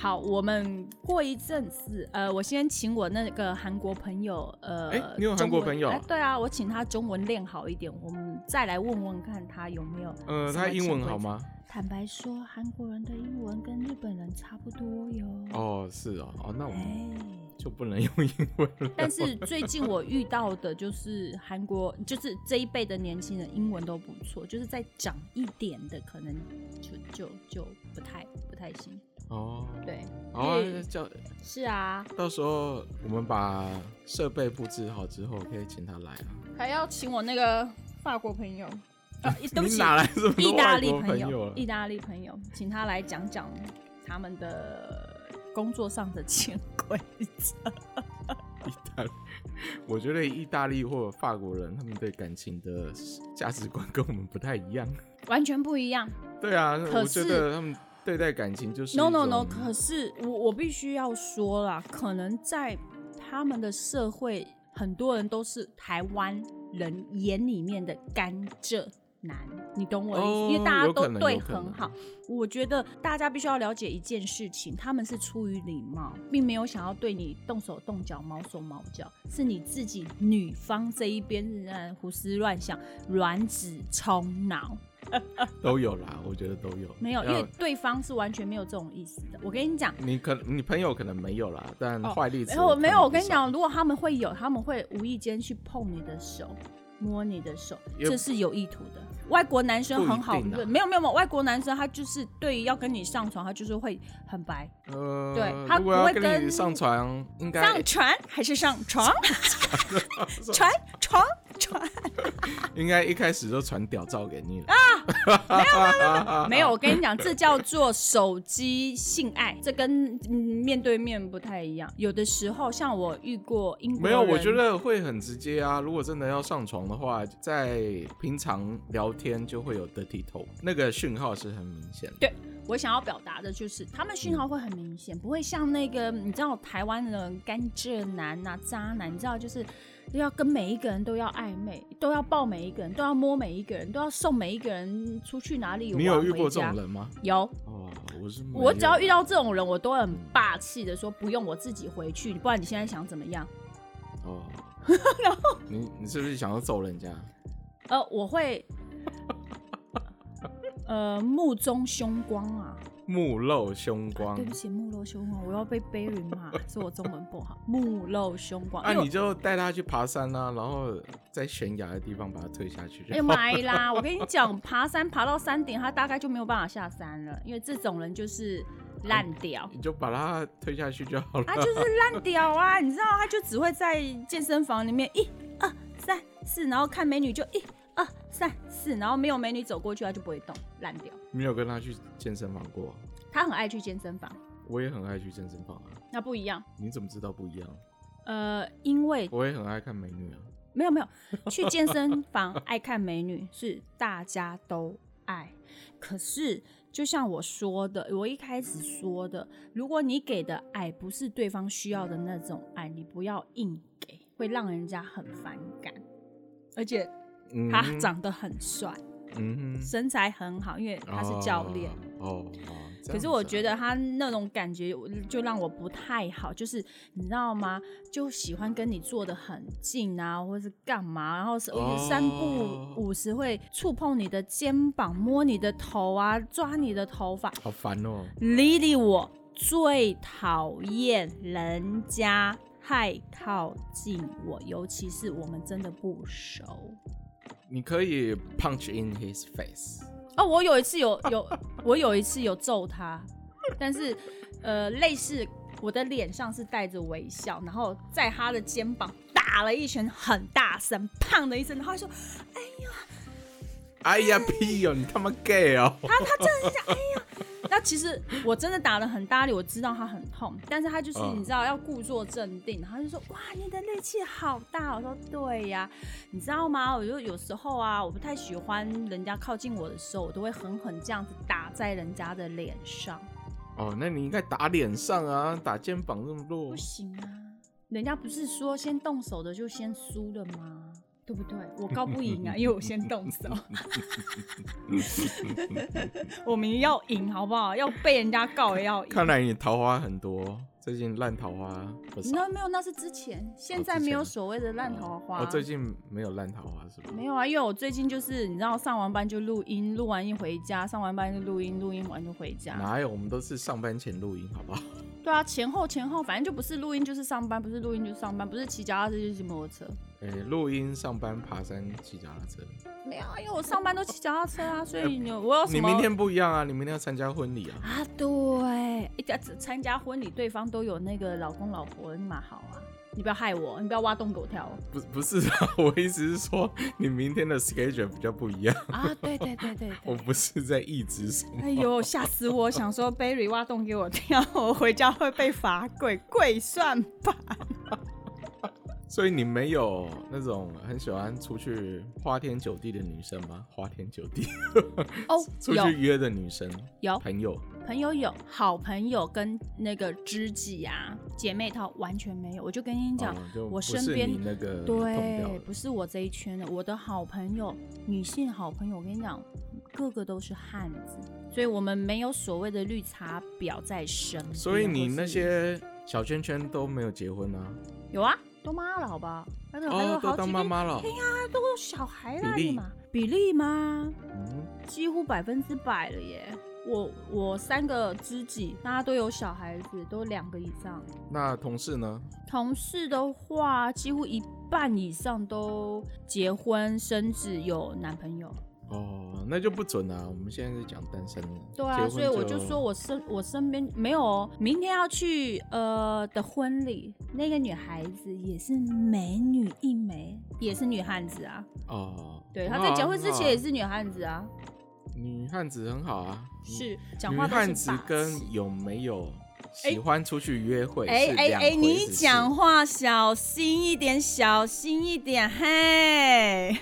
S2: 好，我们过一阵子，呃，我先请我那个韩国朋友，呃，
S1: 哎你有韩国
S2: 中文
S1: 朋友
S2: 哎对啊，我请他中文练好一点，我们再来问问看他有没有。
S1: 呃，他英文好？吗？
S2: 坦白说，韩国人的英文跟日本人差不多哟。
S1: 哦，是哦，哦，那我们
S2: 哎。
S1: 就不能用英文了。
S2: 但是最近我遇到的就是韩国， 就是这一辈的年轻人英文都不错，就是再长一点的可能就就就不太不太行。
S1: 哦，
S2: 对，
S1: 好啊
S2: 嗯，
S1: 叫
S2: 是啊，
S1: 到时候我们把设备布置好之后，可以请他来啊。
S2: 还要请我那个法国朋友，啊，对不
S1: 你
S2: 起，
S1: 哪来这么
S2: 意
S1: 多
S2: 大
S1: 外
S2: 利
S1: 国
S2: 朋
S1: 友
S2: 友
S1: 啊，？
S2: 意大利朋友，请他来讲讲他们的工作上的潜规则。
S1: 我觉得意大利或者法国人，他们对感情的价值观跟我们不太 一样。
S2: 完全不一样
S1: 对啊，
S2: 可
S1: 我觉
S2: 是
S1: 得他们对待感情就是
S2: ，no no
S1: 一
S2: no。
S1: 种
S2: 可是我我必须要说啦，可能在他们的社会，很多人都是台湾人眼里面的甘蔗男，你懂我的意思？
S1: 哦
S2: 因为大家
S1: 有
S2: 都
S1: 可能
S2: 对
S1: 有可能
S2: 很好。我觉得大家必须要了解一件事情，他们是出于礼貌，并没有想要对你动手动脚、毛手毛脚，是你自己女方这一边仍然胡思乱想、卵子冲脑。
S1: 都有啦，我觉得都有。
S2: 没有，因
S1: 要
S2: 为对方是完全没有这种意思的。我跟你讲，
S1: 你可你朋友可能没有啦，但
S2: 哦
S1: 坏例子
S2: 没有，没有，我
S1: 看
S2: 跟
S1: 得
S2: 你
S1: 少
S2: 讲，如果他们会有，他们会无意间去碰你的手，摸你的手，
S1: 也
S2: 这是有意图的。外国男生很好
S1: 不一定啊
S2: 论，没有没有没有，外国男生他就是对于要跟你上床，他就是会很白。
S1: 呃，
S2: 对他
S1: 如
S2: 不
S1: 果要
S2: 会
S1: 跟你
S2: 跟
S1: 上床，应该
S2: 上船还是上床？ 船床船？
S1: 应该一开始就传屌照给你了。
S2: 啊没有，我跟你讲，这叫做手机性爱，这跟、嗯、面对面不太一样。有的时候，像我遇过英国
S1: 没有，我
S2: 人
S1: 觉得会很直接啊。如果真的要上床的话，在平常聊天就会有 dirty talk，那个讯号是很明显的。
S2: 我想要表达的就是，他们
S1: 嗯
S2: 讯号会很明显，不会像那个你知道台湾的甘蔗男呐、渣男，你知道就是要跟每一个人都要暧昧，都要抱每一个人，都要摸每一个人，都要送每一个人出去哪里玩。
S1: 你有遇过
S2: 回
S1: 这
S2: 家
S1: 种？人吗？
S2: 有，
S1: 哦，我是没
S2: 我只要
S1: 有
S2: 遇到这种人，我都很霸气的说不用，我自己回去，不然你现在想怎么样？
S1: 哦，你你是不是想要揍人家？
S2: 呃，我会，呃，目中凶光啊。
S1: 目露凶光
S2: 对，不起，目露凶光，我要被 Berry 骂，是我中文不好。目露凶光，
S1: 啊，
S2: 因为我
S1: 你就带他去爬山啊，然后在悬崖的地方把他推下去就
S2: 哎呀 妈呀啦！我跟你讲，爬山爬到山顶，他大概就没有办法下山了，因为这种人就是烂
S1: 嗯
S2: 屌，
S1: 你就把他推下去就好了。
S2: 他就是烂屌啊！你知道，他就只会在健身房里面一二三四，然后看美女就一二三四，然后没有美女走过去，他就不会动，烂屌。
S1: 没有跟他去健身房过，
S2: 他很爱去健身房，
S1: 我也很爱去健身房啊。
S2: 那不一样。
S1: 你怎么知道不一样？
S2: 呃，因为
S1: 我也很爱看美女啊。
S2: 没有没有，去健身房爱看美女是大家都爱，可是就像我说的，我一开始说的，如果你给的爱不是对方需要的那种爱，你不要硬给，会让人家很反感。而且
S1: 嗯
S2: 他
S1: 哼
S2: 长得很帅，
S1: 嗯哼，
S2: 身材很好，因为他是教练。
S1: 哦。哦哦这样
S2: 可是我
S1: 子啊
S2: 觉得他那种感觉就让我不太好，就是你知道吗？就喜欢跟你坐的很近啊，或是干嘛，然后是
S1: 哦
S2: 三不五时会触碰你的肩膀、摸你的头啊、抓你的头发。
S1: 好烦哦。
S2: Lily，我最讨厌人家太靠近我，尤其是我们真的不熟。
S1: 你可以 punch in his face，
S2: 哦，我有一次有有，我有一次有揍他，但是呃，类似我的脸上是带着微笑，然后在他的肩膀打了一拳，很大声，砰的一声，然后他说
S1: 哎呀屁哦，你他妈 gay 哦！
S2: 他他真的是这样，哎呀，那其实我真的打了很大力，我知道他很痛，但是他就是
S1: 嗯
S2: 你知道要故作镇定，然后他就说哇你的力气好大，我说对呀、你知道吗？我就有时候啊，我不太喜欢人家靠近我的时候，我都会狠狠这样子打在人家的脸上。
S1: 哦，那你应该打脸上啊，打肩膀那么弱
S2: 不。行啊，人家不是说先动手的就先输了吗？对不对？我告不赢 啊，因为我先动手。我们要赢好不好？要被人家告也要赢。
S1: 看来你桃花很多，最近烂桃花不少。
S2: 那没有，那是之前，现
S1: 哦
S2: 在没有所谓的烂桃花。
S1: 我哦最近没有烂桃花是吧？
S2: 没有啊，因为我最近就是你知道，上完班就录音，录完一回家，上完班就录音，录音完就回家。
S1: 哪有？我们都是上班前录音，好不好？
S2: 对啊，前后前后，反正就不是录音就是上班，不是录音就是上班，不是骑脚踏车就是骑摩托车。
S1: 诶、哎录音、上班、爬山、骑脚踏车。
S2: 没有啊，因为我上班都骑脚踏车啊，所以你有我有什
S1: 呃
S2: 么？
S1: 你明天不一样啊，你明天要参加婚礼啊。
S2: 啊，对，一家参加婚礼，对方都有那个老公老婆，你蛮好啊。你不要害我，你不要挖洞给我跳哦
S1: 不，不是啊， 我意思是说，你明天的 schedule 比较不一样。
S2: 啊！对对对对
S1: 我
S2: 对，
S1: 不是在一直什么，
S2: 哎呦，吓死我！想说 Berry 挖洞给我跳，我回家会被罚跪跪算吧。
S1: 所以你没有那种很喜欢出去花天酒地的女生吗？花天酒地，
S2: 哦，
S1: 出
S2: 有
S1: 去约的女生，
S2: 有
S1: 朋友，
S2: 朋友有好朋友跟那个知己啊姐妹套完全没有，我就跟你讲，
S1: 哦就
S2: 我
S1: 不是
S2: 身边
S1: 你那个痛掉
S2: 对，
S1: 的
S2: 不是我这一圈的，我的好朋友，女性好朋友，我跟你讲，个个都是汉子，所以我们没有所谓的绿茶婊在身边。
S1: 所以你
S2: 啊或是
S1: 那些小圈圈都没有结婚啊？
S2: 有啊，都妈了好吧？还有还有
S1: 哦，都
S2: 好几个哎
S1: 当妈妈了。
S2: 都有小孩了，
S1: 比例
S2: 你嘛，比例吗？
S1: 嗯，
S2: 几乎百分之百了耶。我我三个知己，大家都有小孩子，都两个以上。
S1: 那同事呢？
S2: 同事的话，几乎一半以上都结婚生子，有男朋友。
S1: 哦，那就不准了、我们现在是讲单身的，
S2: 对
S1: 结
S2: 啊，
S1: 婚
S2: 所以我就说我身我身边没有哦，明天要去呃的婚礼，那个女孩子也是美女一枚，也是女汉子啊。
S1: 哦，
S2: 对，
S1: 很好
S2: 她
S1: 啊
S2: 在结婚之前也
S1: 很好
S2: 是女汉子啊，
S1: 啊女汉子，很好啊。
S2: 是讲话
S1: 女
S2: 都是
S1: 汉
S2: 霸
S1: 子
S2: 气。
S1: 跟有没有喜欢出去约会
S2: 哎
S1: 是
S2: 哎
S1: 两
S2: 哎，
S1: 回
S2: 你
S1: 事
S2: 讲，话小心一点，小心一点，嘿。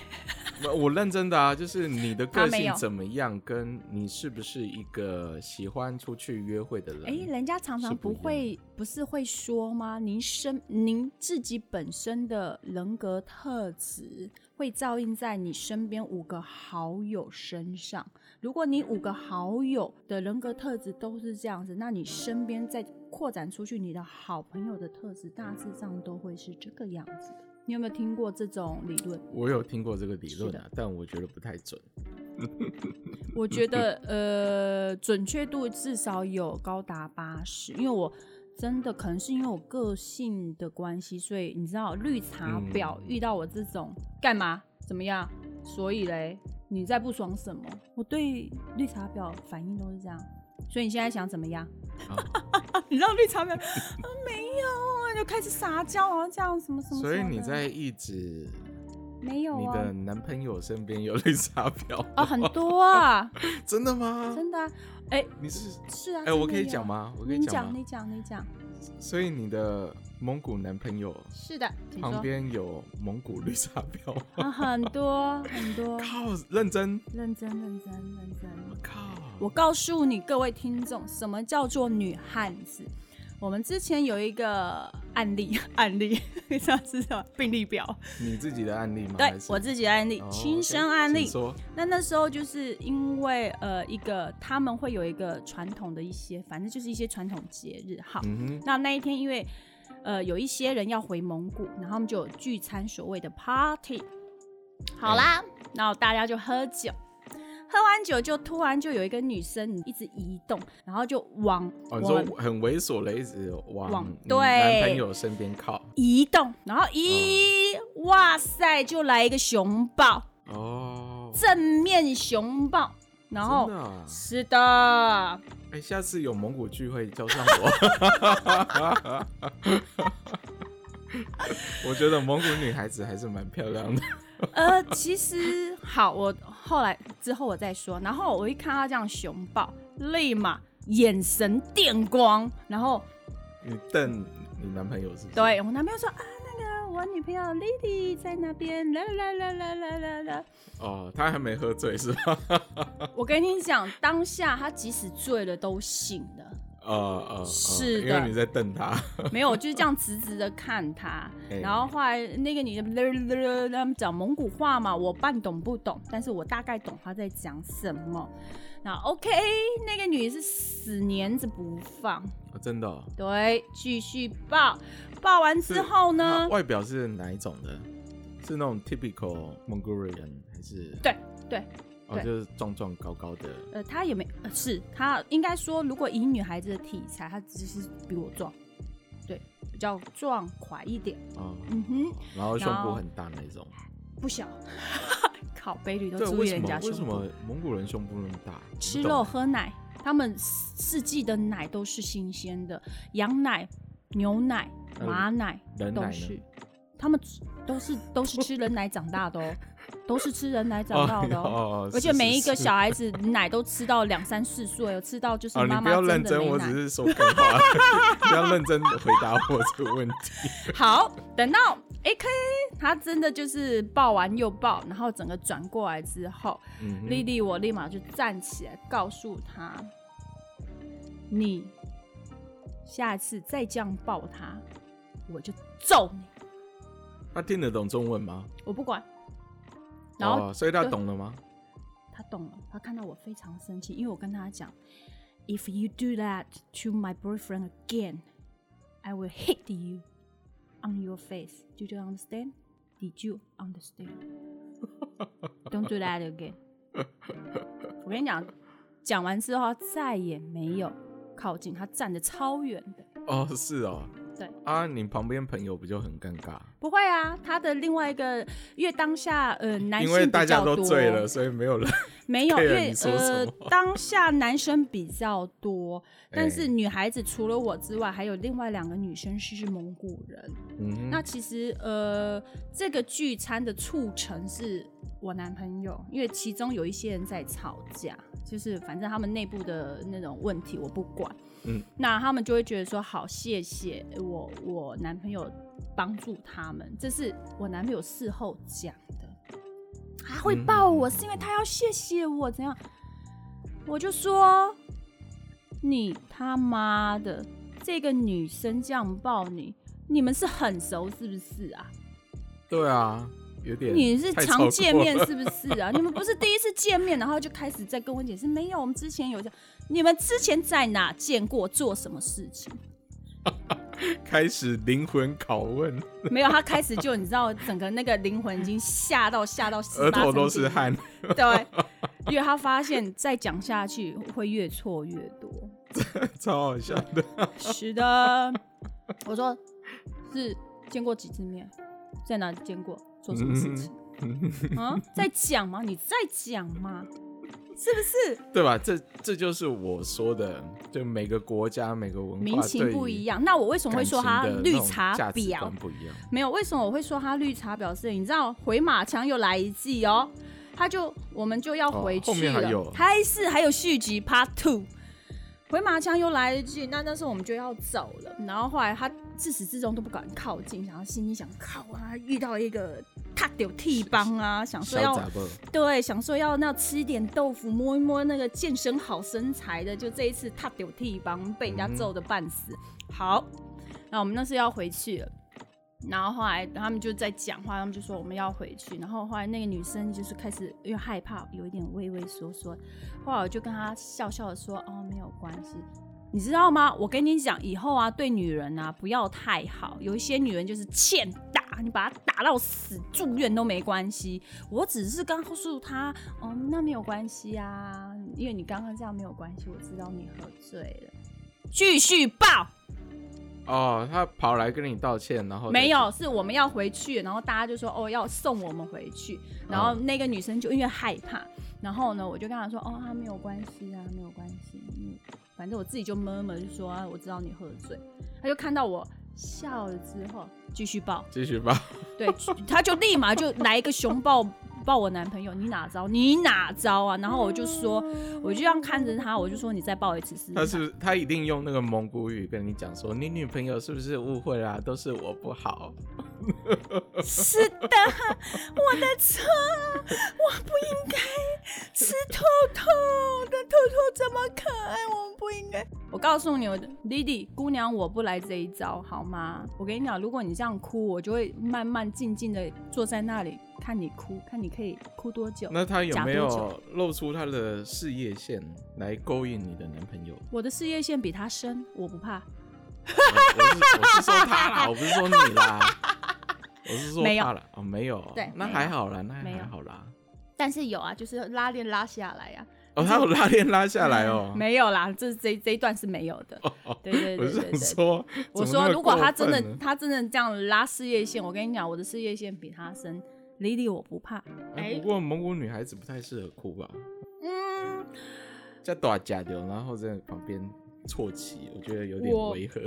S1: 我我认真的啊，就是你的
S2: 他
S1: 个
S2: 没
S1: 性
S2: 有
S1: 怎么样，跟你是不是一个喜欢出去约会的人？
S2: 哎、人家常常
S1: 是不
S2: 不
S1: 一样
S2: 会，不是会说吗？您身您自己本身的人格特质会照应在你身边五个好友身上。如果你五个好友的人格特质都是这样子，那你身边再扩展出去，你的好朋友的特质大致上都会是这个样子的。你有没有听过这种理论？
S1: 我有听过这个理论
S2: 是
S1: 啊，但我觉得不太准。嗯
S2: 我觉得呃，准确度至少有高达八十，因为我真的可能是因为我个性的关系，所以你知道绿茶婊
S1: 嗯
S2: 遇到我这种干嘛怎么样？所以嘞，你在不爽什么？我对绿茶婊反应都是这样，所以你现在想怎么样？
S1: 啊
S2: 你知道绿茶婊、啊、没有啊，就开始撒娇，然后这样什么什么什么
S1: 所以
S2: 的
S1: 你在一直
S2: 没有
S1: 你
S2: 啊？
S1: 的男朋友身边有 绿茶婊
S2: 啊，很多啊，
S1: 真的吗？
S2: 真的啊、哎、
S1: 你是
S2: 是啊，
S1: 哎、
S2: 真的
S1: 我可以
S2: 有
S1: 讲？吗？我可以
S2: 你
S1: 吗
S2: 讲，你？讲，你讲。
S1: 所以你的蒙古男朋友
S2: 是的，请
S1: 旁
S2: 说。
S1: 边有蒙古绿茶婊吗，
S2: 啊，很多很多，
S1: 靠，认真，
S2: 认真认真认真
S1: 我。靠，
S2: 我告诉你各位听众，什么叫做女汉子？我们之前有一个案例， 案例，上次的病例表，
S1: 你自己的案例吗？
S2: 对
S1: 还是
S2: 我自己的案例
S1: 哦，
S2: 亲
S1: OK，
S2: 身案例
S1: 请。说
S2: 那那时候就是因为呃，一个他们会有一个传统的一些，反正就是一些传统节日，好，
S1: 嗯哼，
S2: 那那一天因为呃有一些人要回蒙古，然后他们就有聚餐所谓的 party。好啦，然后大家就喝酒，喝完酒就突然就有一个女生一直移动，然后就往
S1: 哦，
S2: 往
S1: 你说很猥琐的一直往
S2: 往
S1: 你
S2: 对
S1: 男朋友身边靠，
S2: 移动，然后咦，哇塞，就来一个熊抱，
S1: 哦，
S2: 正面熊抱，然后
S1: 真的啊
S2: 是的，
S1: 哎、下次有蒙古聚会叫上我。我觉得蒙古女孩子还是蛮漂亮的。
S2: 呃，其实好，我后来之后我再说。然后我一看到这样熊抱，立马眼神电光，然后
S1: 你瞪你男朋友是不是？
S2: 对我男朋友说啊，那个我女朋友 Lily 在那边，啦啦啦啦啦啦啦。
S1: 哦，他还没喝醉是吧？
S2: 我跟你讲，当下他即使醉了都醒了，
S1: 呃呃呃，
S2: 是
S1: 因
S2: 的
S1: 为你在瞪他，
S2: 没有，我就是这样直直的看他
S1: 哎。
S2: 然后后来那个女的呃他们讲蒙古话嘛，我半懂不懂，但是我大概懂她在讲什么。那 OK，那个女是死粘着不放，
S1: 哦真的哦。
S2: 对，继续抱，抱完之
S1: 是
S2: 后
S1: 他
S2: 呢，
S1: 外表是哪一种的？是那种 typical Mongolian 还是？
S2: 对对，
S1: 哦，
S2: 对
S1: 就是壮壮高高的。
S2: 呃，她也没，呃是她应该说，如果以女孩子的体材，她只是比我壮，对，比较壮快一点，
S1: 哦，
S2: 嗯哼，
S1: 然后胸
S2: 然
S1: 部
S2: 后
S1: 很大那种。
S2: 不小， 靠，北旅都
S1: 对，
S2: 注
S1: 为
S2: 意
S1: 什
S2: 人
S1: 么
S2: 家
S1: 为
S2: 胸
S1: 什
S2: 部
S1: 么。蒙古人胸部那么大？
S2: 吃
S1: 我不懂
S2: 肉喝奶，他们四季的奶都是新鲜的，羊奶、牛奶、
S1: 嗯
S2: 马奶
S1: 人奶
S2: 都
S1: 呢
S2: 是，他们吃都是都是吃人奶长大的哦，都是吃人奶长大的
S1: 哦
S2: 哦。
S1: 哦哦
S2: 而且
S1: 是
S2: 每
S1: 是
S2: 一个
S1: 是
S2: 小孩子奶都吃到两三四岁哦，吃到就是
S1: 啊，你
S2: 妈
S1: 不
S2: 妈
S1: 要认
S2: 的
S1: 真，
S2: 没
S1: 我
S2: 奶。
S1: 只是说干话， 不要认真地回答我这个问题。
S2: 好，等到 AK 他真的就是抱完又抱，然后整个转过来之后，
S1: 嗯
S2: 丽丽，我立马就站起来告诉她：“你下次再这样抱他，我就揍你，
S1: 哼，他听得懂中文吗？
S2: 我不管。”然后
S1: 哦，所以他
S2: 对
S1: 懂了吗？
S2: 他懂了，他看到我非常生气，因为我跟他讲：“If you do that to my boyfriend again, I will hit you on your face. Do you understand? Did you understand? Don't do that again.” 我跟你讲，讲完之后他再也没有靠近，他站得超远的。
S1: 哦，是哦。
S2: 对
S1: 啊，你旁边朋友不就很尴尬？
S2: 不会啊，他的另外一个，因为当下呃男
S1: 因
S2: 性
S1: 为大
S2: 比
S1: 家
S2: 较
S1: 都
S2: 多
S1: 醉了，所以没有人。
S2: 没有，因
S1: care
S2: 为
S1: 你说什
S2: 呃
S1: 么，
S2: 当下男生比较多，但
S1: 哎
S2: 是女孩子除了我之外，还有另外两个女生是蒙古人。
S1: 嗯哼，
S2: 那其实呃，这个聚餐的促成是我男朋友，因为其中有一些人在吵架，就是反正他们内部的那种问题我不管。
S1: 嗯，
S2: 那他们就会觉得说好，谢谢我我男朋友帮助他们，这是我男朋友事后讲的。他会抱我是因为他要谢谢我，怎样？我就说你他妈的，这个女生这样抱你，你们是很熟是不是啊？
S1: 对啊，有点
S2: 你是
S1: 太
S2: 常
S1: 超
S2: 见
S1: 过
S2: 面
S1: 了
S2: 是不是啊？ 你们不是第一次见面，然后就开始在跟我解释，没有，我们之前有这样，你们之前在哪见过，做什么事情？
S1: 开始灵魂拷问，
S2: 没有，他开始就你知道，整个那个灵魂已经吓到吓到
S1: 额
S2: 18
S1: 头都
S2: 层
S1: 是
S2: 地
S1: 汗。
S2: 对，因为他发现再讲下去会越错越多。
S1: 超好笑的。
S2: 是的，我说是见过几次面，在哪里见过，做什么事情？
S1: 嗯
S2: 啊，在讲吗？你在讲吗？是不是
S1: 对吧？这这就是我说的，就每个国家、每个文化
S2: 民情不一，样？那我为什么会说他绿茶婊？哦
S1: 不一样。
S2: 没有，为什么我会说他绿茶婊是？你知道回马枪又来一季哦，他就我们就要回去
S1: 哦后面还
S2: 了，
S1: 有
S2: 还是还有续集 Part Two。回马枪又来一季，那那时候我们就要走了。然后后来他自始至终都不敢靠近，然后心里想靠啊，遇到一个他丢替帮啊，想说
S1: 小
S2: 要
S1: 杂包，
S2: 对，想说要那吃一点豆腐，摸一摸那个健身好身材的，就这一次踏丢地方被人家揍的半死。好，那我们那是要回去了。然后后来他们就在讲话，他们就说我们要回去。然后后来那个女生就是开始因为害怕，有一点畏畏缩缩。后来我就跟她笑笑的说：“哦，没有关系。”你知道吗？我跟你讲，以后啊，对女人啊不要太好。有一些女人就是欠打，你把她打到死住院都没关系。我只是告诉她，哦，那没有关系啊，因为你刚刚这样没有关系，我知道你喝醉了。继续爆。
S1: 哦，他跑来跟你道歉，然后再
S2: 没有，是我们要回去，然后大家就说哦要送我们回去，然后那个女生就因为害怕，然后呢我就跟她说哦啊没有关系啊没有关系，嗯，反正我自己就闷闷就说啊我知道你喝醉，她就看到我笑了之后继续抱，
S1: 继续吧。
S2: 对，她就立马就来一个熊抱抱我男朋友，你哪招你哪招啊？然后我就说我就这样看着她，我就说你再抱一次试试
S1: 他
S2: 看，
S1: 是不是他一定用那个蒙古语跟你讲说，你女朋友是不是误会啦、都是我不好。
S2: 是的，我的 错，我不应该吃兔兔的，兔兔这么可爱，我不应该。我告诉你，我 Lily 姑娘，我不来这一招，好吗？我跟你讲，如果你这样哭，我就会慢慢静静的坐在那里看你哭，看你可以哭多久。
S1: 那他有没
S2: 假多
S1: 有露出他的事业线来勾引你的男朋友？
S2: 我的事业线比他深，我不怕。
S1: 我我是我是说他啦，我不是说你 啦，我是说
S2: 没有
S1: 他啦。哦，没有，
S2: 对
S1: 那
S2: 没
S1: 还
S2: 有
S1: 好啦，那还
S2: 没有
S1: 还好啦。
S2: 但是有啊，就是拉链拉下来啊。嗯
S1: 哦，他有拉链拉下来哦。
S2: 没有啦，这这这一段是没有的。对对
S1: 我
S2: 对
S1: 是想
S2: 对对。
S1: 说，
S2: 我
S1: 怎么那
S2: 说，
S1: 么
S2: 如果他
S1: 过
S2: 真
S1: 分
S2: 的
S1: 呢
S2: 他真的这样拉事业线，我跟你讲，我的事业线比他深。Lily 我不怕，
S1: 哎
S2: 哎
S1: 不过蒙古女孩子不太适合哭吧？
S2: 嗯，
S1: 在打假流，然后在旁边啜泣，我觉得有点
S2: 我
S1: 违和。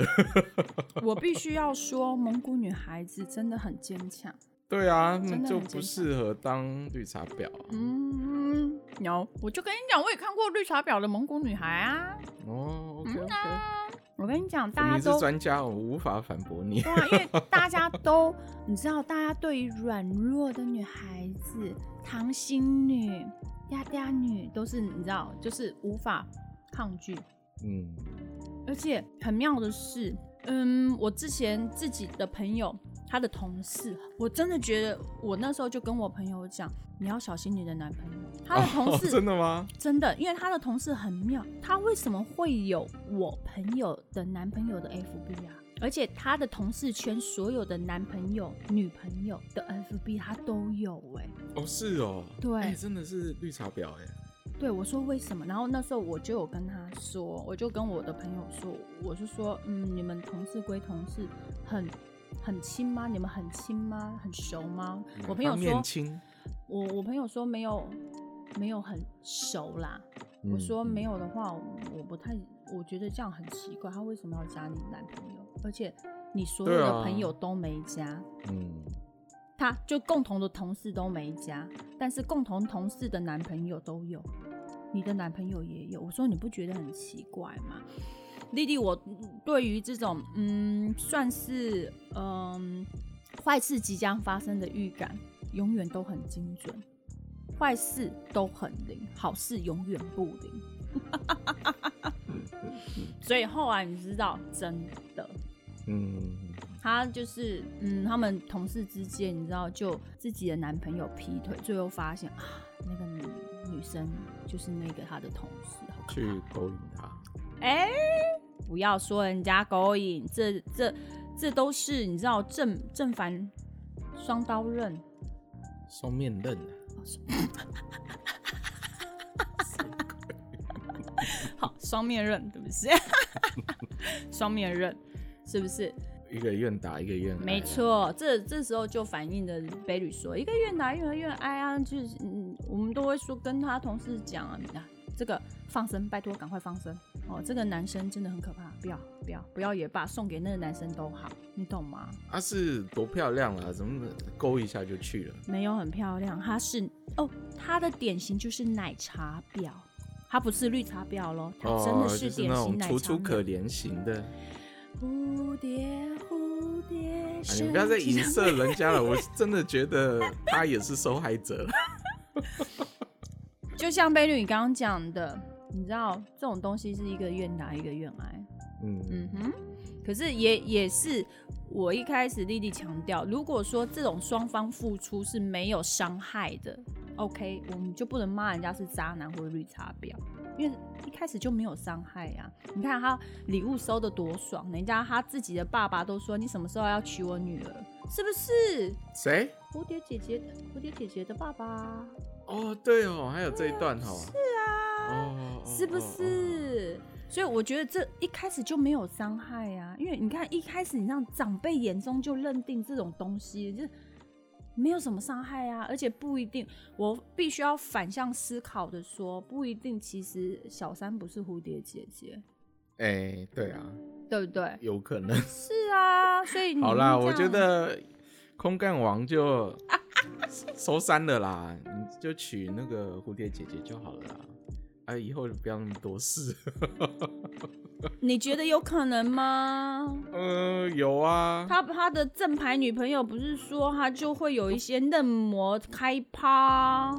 S2: 我必须要说，蒙古女孩子真的很坚强。
S1: 对啊，那
S2: 真的
S1: 就
S2: 很
S1: 不
S2: 坚强
S1: 适合当绿茶婊啊、
S2: 嗯，有，我就跟你讲，我也看过绿茶婊的蒙古女孩啊。
S1: 哦，OK
S2: 嗯
S1: OK，、
S2: 啊，我跟你讲，
S1: 你
S2: 大家
S1: 是
S2: 都
S1: 专家，我无法反驳你。
S2: 对啊，因为大家都，你知道，大家对于软弱的女孩子、糖心女、嗲嗲女，都是你知道，就是无法抗拒。
S1: 嗯，
S2: 而且很妙的是，嗯，我之前自己的朋友，他的同事，我真的觉得，我那时候就跟我朋友讲，你要小心你的男朋友。他的同事、
S1: 哦、真的吗？
S2: 真的，因为他的同事很妙，他为什么会有我朋友的男朋友的 FB 啊？而且他的同事圈所有的男朋友、女朋友的 FB 他都有哎、
S1: 哦，是哦，
S2: 对
S1: 哎、真的是绿茶婊哎、
S2: 对，我说为什么？然后那时候我就有跟他说，我就跟我的朋友说，我是说，嗯，你们同事归同事，很很亲吗？你们很亲吗？很熟吗？我朋友
S1: 哪方面
S2: 说，
S1: 亲，
S2: 我我朋友说没有没有很熟啦。我
S1: 嗯
S2: 说
S1: 嗯
S2: 没有的话，我不太，我觉得这样很奇怪，他为什么要加你男朋友？而且你所有
S1: 对
S2: 的
S1: 啊
S2: 朋友都没加。
S1: 嗯，
S2: 他就共同的同事都没加，但是共同同事的男朋友都有，你的男朋友也有。我说你不觉得很奇怪吗？丽丽，我对于这种嗯，算是嗯坏事即将发生的预感，永远都很精准，坏事都很灵，好事永远不灵。 所以后啊来你知道，真的，
S1: 嗯，
S2: 她就是嗯，他们同事之间，你知道，就自己的男朋友劈腿，最后发现啊，那个女女生就是那个她的同事，好可
S1: 去勾引他，
S2: 怕。哎、不要说人家勾引，这这这都是你知道正正反双刀刃，
S1: 双面刃啊，
S2: 好双面刃，对不起， 双面刃是不是？
S1: 一个愿打一个愿挨
S2: 没错，这这时候就反映的北吕说，一个越拿越越哀啊，就是嗯，我们都会说跟他同事讲啊，啊这个放生，拜托赶快放生哦，这个男生真的很可怕，不要不要不要也罢，送给那个男生都好，你懂吗？
S1: 啊，是多漂亮啊，怎么勾一下就去了？
S2: 没有很漂亮，她是哦，她的典型就是奶茶婊，她不是绿茶婊咯，她
S1: 哦，
S2: 真的
S1: 就是
S2: 典
S1: 那
S2: 型
S1: 种
S2: 奶茶
S1: 楚
S2: 婊。
S1: 楚可怜型的。
S2: 蝴蝶蝴蝶
S1: 啊、
S2: 身
S1: 你不要再
S2: 上
S1: 影射人家了，我真的觉得他也是受害 者。
S2: 就像贝律你刚刚讲的，你知道这种东西是一个愿打一个愿挨，嗯
S1: 嗯，
S2: 哼。可是也也是我一开始丽丽强调，如果说这种双方付出是没有伤害的，OK，我们就不能骂人家是渣男或绿茶婊，因为一开始就没有伤害呀、你看他礼物收的多爽，人家他自己的爸爸都说你什么时候要娶我女儿，是不是？
S1: 谁？
S2: 蝴蝶姐姐，蝴蝶姐姐的爸爸，
S1: 哦，对哦，还有这一段哦。
S2: 对啊。
S1: 哦，哦
S2: 是不？
S1: 哦哦
S2: 是？所以我觉得这一开始就没有伤害呀、因为你看一开始你让长辈眼中就认定这种东西就是没有什么伤害啊，而且不一定。我必须要反向思考的说，啊不一定其实小三不是蝴蝶姐姐，
S1: 哎、对啊，
S2: 对不对？
S1: 有可能。
S2: 是啊，所以你
S1: 好啦，
S2: 这
S1: 我
S2: 样
S1: 觉得空干王就收山了啦，你就娶那个蝴蝶姐姐就好了啦。啊，以后就不要那么多事。
S2: 你觉得有可能吗？
S1: 嗯、有啊。
S2: 他他的正牌女朋友不是说他就会有一些嫩模开趴，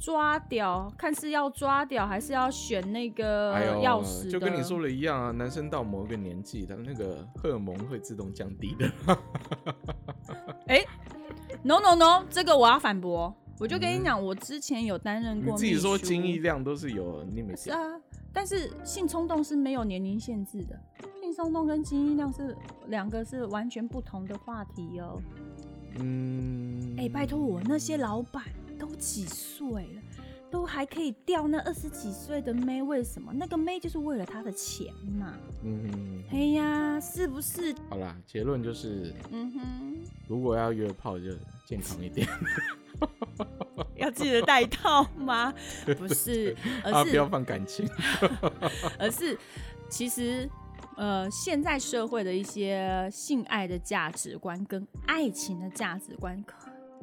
S2: 抓屌，看是要抓屌还是要选那个
S1: 哎呦，
S2: 呃钥匙的。
S1: 就跟你说了一样啊，男生到某一个年纪，他那个荷尔蒙会自动降低的。
S2: ，no no no，这个我要反驳。我就跟你讲，我之前有担任
S1: 嗯你
S2: 过
S1: 自己
S2: 秘
S1: 说
S2: 书
S1: 精液量都是有 limit
S2: 是啊，但是性冲动是没有年龄限制的，性冲动跟精液量是两个是完全不同的话题哦。
S1: 嗯，
S2: 哎、拜托我那些老板都几岁了，都还可以钓那二十几岁的妹，为什么？那个妹就是为了她的钱嘛。
S1: 嗯，
S2: 哎呀，是不是？
S1: 好啦，结论就是，
S2: 嗯哼，
S1: 如果要约炮就健康一点
S2: 要记得带套吗？不 是，
S1: 啊，
S2: 而
S1: 不
S2: 是、
S1: 要放感 情。
S2: 而是，其实。呃，现在社会的一些性爱的价值观跟爱情的价值观，可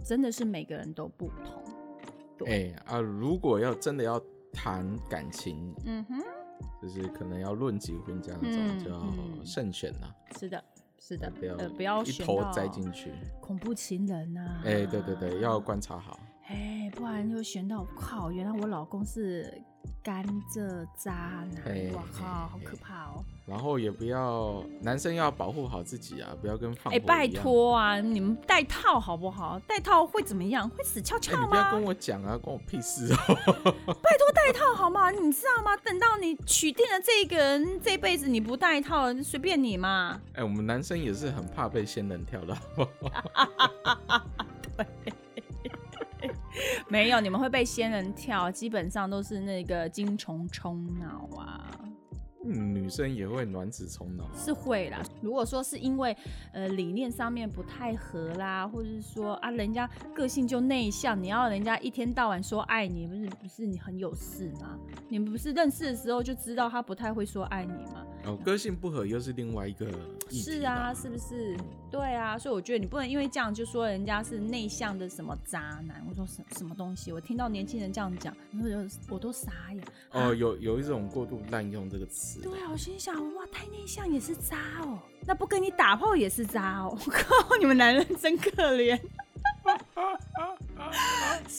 S2: 真的是每个人都不同。
S1: 哎、啊，如果要真的要谈感情，
S2: 嗯哼，
S1: 就是可能要论及婚嫁那
S2: 嗯
S1: 种，就要
S2: 嗯
S1: 慎选啦、
S2: 是的，是的，
S1: 不要、
S2: 呃，不要
S1: 一
S2: 选
S1: 头
S2: 到啊
S1: 栽进去。
S2: 恐怖情人啊！
S1: 哎、对对对，要观察好。
S2: 哎，不然又选到靠，原来我老公是甘蔗渣
S1: 哎
S2: 男，我靠，好可怕哦！
S1: 然后也不要，男生要保护好自己啊，不要跟放
S2: 哎、
S1: 火一样。
S2: 拜托啊，你们戴套好不好？戴套会怎么样？会死翘
S1: 哎、
S2: 翘
S1: 你不要
S2: 吗？
S1: 跟我讲啊，关我屁事哦。
S2: 戴套好吗？你知道吗？等到你娶定了这个人，这辈子你不戴套，随便你嘛。
S1: 哎、我们男生也是很怕被仙人跳的，好不好
S2: 没有，你们会被仙人跳，基本上都是那个精虫充脑啊。
S1: 嗯女生也会卵子冲脑啊。
S2: 是会啦。如果说是因为呃理念上面不太合啦，或者是说啊人家个性就内向，你要人家一天到晚说爱你，不是不是你很有事吗？你们不是认识的时候就知道他不太会说爱你吗？
S1: 哦，个性不合又是另外一个议题
S2: 是啊，是不是？对啊，所以我觉得你不能因为这样就说人家是内向的什么渣男。我说什什么东西？我听到年轻人这样讲，然后我我都傻眼。
S1: 哦，有有一种过度滥用这个词。
S2: 对啊，我心想，哇，太内向也是渣哦，那不跟你打炮也是渣哦， 我靠，你们男人真可 怜，是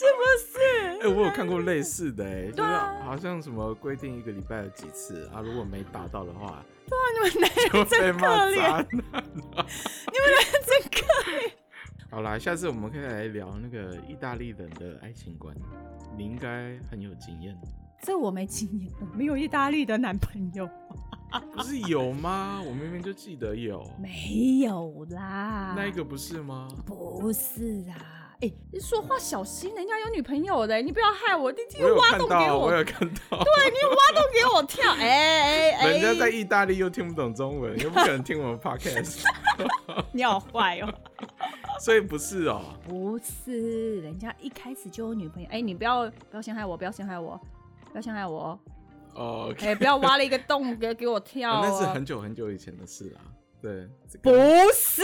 S2: 不
S1: 哎、
S2: 是？
S1: 我有看过类似的、哎，就是
S2: 对啊
S1: 好像什么规定一个礼拜有几次啊，如果没达到的 话，
S2: 你们男人
S1: 就被骂
S2: 可
S1: 渣
S2: 怜
S1: 男。
S2: 真可
S1: 好啦，下次我们可以来聊那个意大利人的爱情观，你应该很有经验。
S2: 这我没经验，我没有意大利的男朋友，
S1: 不是有吗？我明明就记得有，
S2: 没有啊啦，
S1: 那一个不是吗？
S2: 不是啊，哎、你说话小心，人家有女朋友的、你不要害我，你
S1: 我
S2: 又
S1: 有
S2: 挖
S1: 看
S2: 洞给
S1: 到，我有
S2: 对
S1: 看到，
S2: 你又挖洞给我跳，哎哎哎，
S1: 人家在意大利又听不懂中文，又不可能听我们 podcast，
S2: 啊你好坏哦。
S1: 所以不是哦。
S2: 不是，人家一开始就有女朋友。哎、你不要不要陷害我，不要陷害我，不要陷害我。
S1: 哦，OK、
S2: 哎、不要挖了一个洞给给我跳、
S1: 啊
S2: 哦
S1: 那是很久很久以前的事啊。对，这
S2: 不
S1: 个
S2: 是，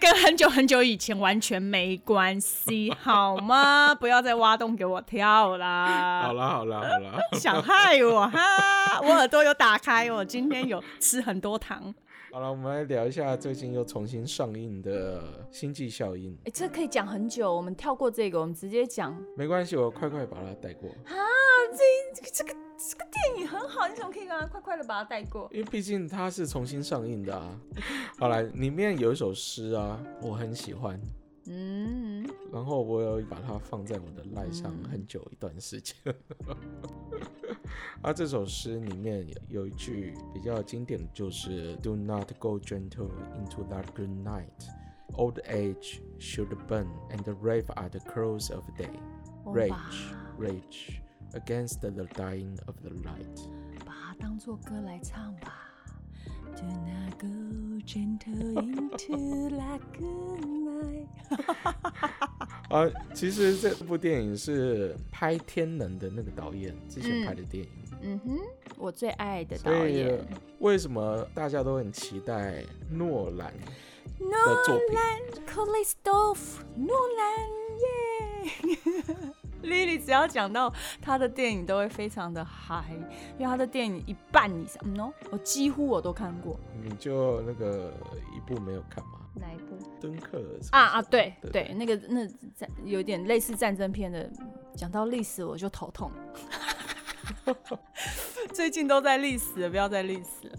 S2: 跟很久很久以前完全没关系，好吗？不要再挖洞给我跳啦。
S1: 好啦好啦好 啦，
S2: 想害我哈！我耳朵有打开，我今天有吃很多糖。
S1: 好了，我们来聊一下最近又重新上映的《星际效应》。
S2: 哎、这可以讲很久，我们跳过这个，我们直接讲
S1: 没关系，我快快把它带过，
S2: 啊，这这个这个这个电影很好，你怎么可以让啊它快快的把它带过？
S1: 因为毕竟它是重新上映的啊。好了，里面有一首诗啊，我很喜欢，
S2: 嗯，
S1: 然后我有把它放在我的赖上很久一段时间。 啊，这首诗里面有一句比较经典的就是 "Do not go gentle into that good night. Old age should burn, and the rave are the close of day. Rage,
S2: 把
S1: rage against the dying of the light."
S2: 把它当做歌来唱吧。Do not go gentle into that good night。
S1: 啊，其实这部电影是拍《天能》的那个导演之前拍的电影，
S2: 嗯哼，我最爱的
S1: 所
S2: 导
S1: 以
S2: 演
S1: 为什么大家都很期待诺兰
S2: 诺
S1: 的作品？
S2: 兰·克里斯多夫·诺兰耶。 Lily 只要讲到她的电影都会非常的嗨，因为她的电影一半以上，嗯哦，我几乎我都看过。
S1: 你就那个一部没有看吗？
S2: 哪一部？
S1: 敦刻尔是不是
S2: 啊啊，对
S1: 对
S2: 对，那个那战有点类似战争片的，讲到历史我就头痛。 最近都在历史了，不要再历史了。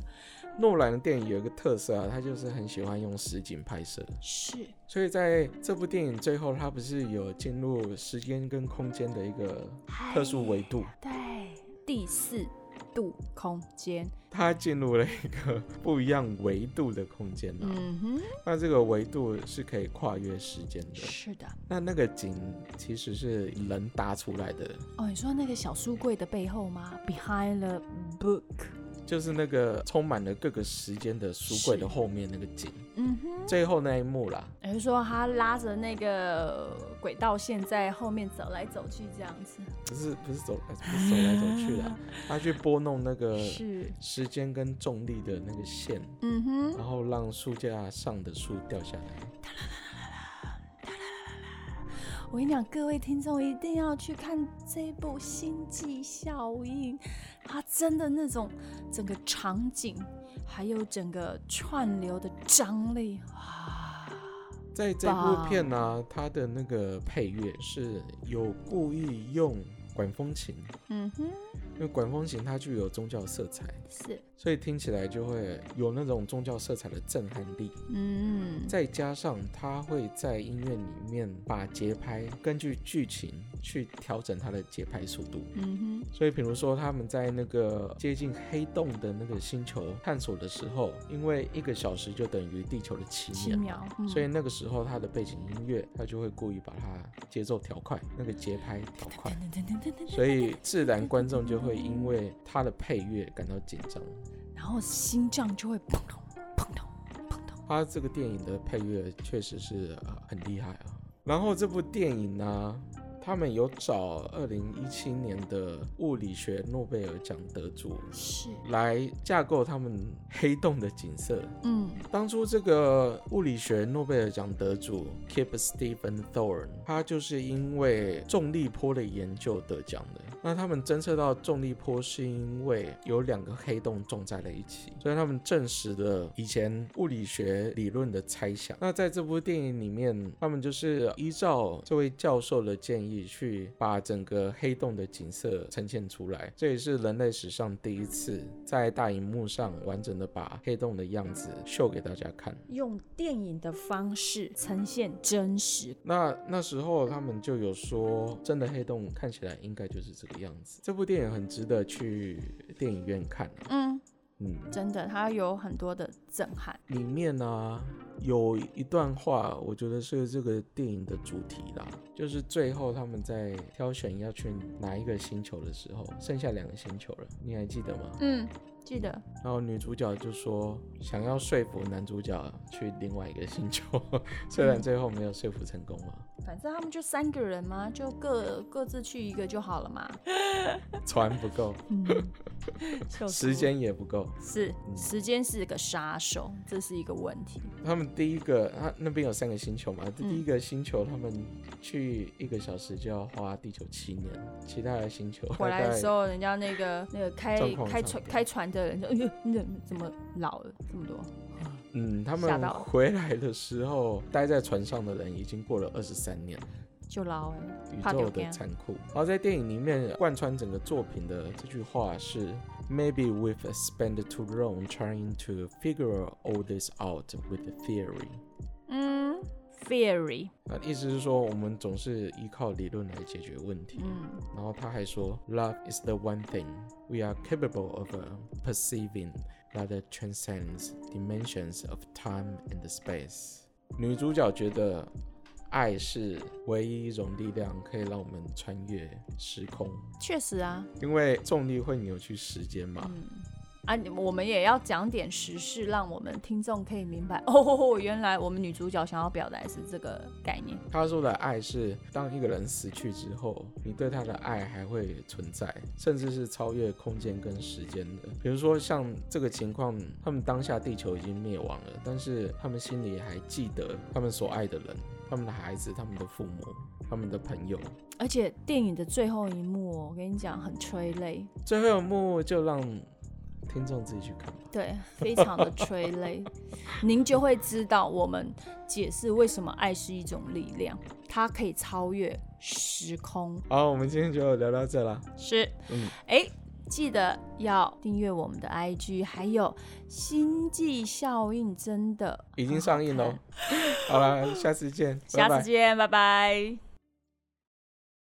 S1: 诺兰的电影有一个特色啊，他就是很喜欢用实景拍摄，
S2: 是，
S1: 所以在这部电影最后，他不是有进入时间跟空间的一个特殊维度，
S2: 对，第四度空间。
S1: 他进入了一个不一样维度的空间啊。
S2: 嗯哼，
S1: 那这个维度是可以跨越时间的。
S2: 是的。
S1: 那那个景其实是人搭出来的，
S2: 哦，你说那个小书柜的背后吗？Behind the book。
S1: 就是那个充满了各个时间的书柜的后面那个景，
S2: 嗯哼，
S1: 最后那一幕啦。
S2: 也就是说他拉着那个轨道线在后面走来走去这样子。
S1: 不是不是走哎不是走来走去的，他去拨弄那
S2: 呃
S1: 个
S2: 是，
S1: 时间跟重力的那个线，
S2: 嗯哼，
S1: 然后让书架上的书掉下来。
S2: 我跟你讲，各位听众一定要去看这部《星际效应》，它真的那种整个场景，还有整个串流的张力啊，
S1: 在这部片呢、它的那个配乐是有故意用管风琴，
S2: 嗯哼，
S1: 因为管风琴它具有宗教色彩，
S2: 是，
S1: 所以听起来就会有那种宗教色彩的震撼力。
S2: 嗯，
S1: 再加上它会在音乐里面把节拍根据剧情去调整它的节拍速度。
S2: 嗯
S1: 所以，比如说他们在那个接近黑洞的那个星球探索的时候，因为一个小时就等于地球的七
S2: 哼，
S1: 年，
S2: 七秒，嗯、
S1: 所以那个时候它的背景音乐，它就会故意把它节奏调快，那个节拍调快，所以自然观众就会因为它的配乐感到紧张。
S2: 然后心脏就会砰咚砰咚砰咚，
S1: 它这个电影的配乐确实是、呃、很厉害啊。然后这部电影呢、他们有找二零一七年的物理学诺贝尔奖得主
S2: 是，
S1: 来架构他们黑洞的景色。
S2: 嗯
S1: 当初这个物理学诺贝尔奖得主 Kip Stephen Thorne，他就是因为重力波的研究得奖的。那他们侦测到重力波是因为有两个黑洞撞在了一起，所以他们证实了以前物理学理论的猜想。那在这部电影里面，他们就是依照这位教授的建议去把整个黑洞的景色呈现出来。这也是人类史上第一次在大荧幕上完整的把黑洞的样子秀给大家看。
S2: 用电影的方式呈现真实，
S1: 那那时候他们就有说，真的黑洞看起来应该就是这个样子。这部电影很值得去电影院看、啊。
S2: 嗯，
S1: 嗯，
S2: 真的，它有很多的震撼。
S1: 里面呢、有一段话，我觉得是这个电影的主题啦，就是最后他们在挑选要去哪一个星球的时候，剩下两个星球了，你还记得吗？
S2: 嗯，记得
S1: 然后女主角就说想要说服男主角去另外一个星球， 虽
S2: 嗯
S1: 然最后没有说服成功嘛，
S2: 反正他们就三个人嘛，就各各自去一个就好了嘛。
S1: 船不 够，时间嗯也不够。
S2: 是时间是个杀手，这是一个问题。
S1: 他们第一个，他那边有三个星球嘛，第
S2: 嗯
S1: 一个星球他们去一个小时就要花地球七年，其他的星球
S2: 回来
S1: 大
S2: 的
S1: 概
S2: 时候，人家那个那个开
S1: 状况
S2: 开
S1: 差
S2: 船
S1: 不多
S2: 开船的人说：“哎呦，你怎么怎么老了这么多
S1: 嗯，他
S2: 吓
S1: 们
S2: 到
S1: 回来的时候，待在船上的人已经过了二十三年，？”
S2: 就老哎、
S1: 宇
S2: 怕丢
S1: 宙的
S2: 脸
S1: 残酷。然后在电影里面贯穿整个作品的这句话是：Maybe we've spent too long trying to figure all this out with theory。
S2: 嗯，theory，
S1: 那意思是说，我们总是依靠理论来解决问题。
S2: 嗯，
S1: 然后他还说，Love is the one thing we are capable of uh, perceiving that transcends dimensions of time and space。女主角觉得，爱是唯一一种力量可以让我们穿越时空，
S2: 确实啊，
S1: 因为重力会扭曲时间嘛。
S2: 啊，你我们也要讲点实事，让我们听众可以明白哦， 原来我们女主角想要表达的是这个概念。
S1: 她说的爱是，当一个人死去之后，你对他的爱还会存在，甚至是超越空间跟时间的。比如说像这个情况，他们当下地球已经灭亡了，但是他们心里还记得他们所爱的人、他们的孩子、他们的父母、他他们的朋友。
S2: 而且电影的最后一幕哦、我跟你讲很催泪，
S1: 最后一幕就让听众自己去看吧。
S2: 对，非常的催 泪，您就会知道我们解释为什么爱是一种力量，它可以超越时空。
S1: 好，我们今天就聊到这啦。
S2: 是，
S1: 嗯
S2: 哎、记得要订阅我们的 IG，还有《星际效应》真的
S1: 已经上映
S2: 很好
S1: 喽。好啦，下次见，拜
S2: 看下
S1: 拜
S2: 次。见，拜拜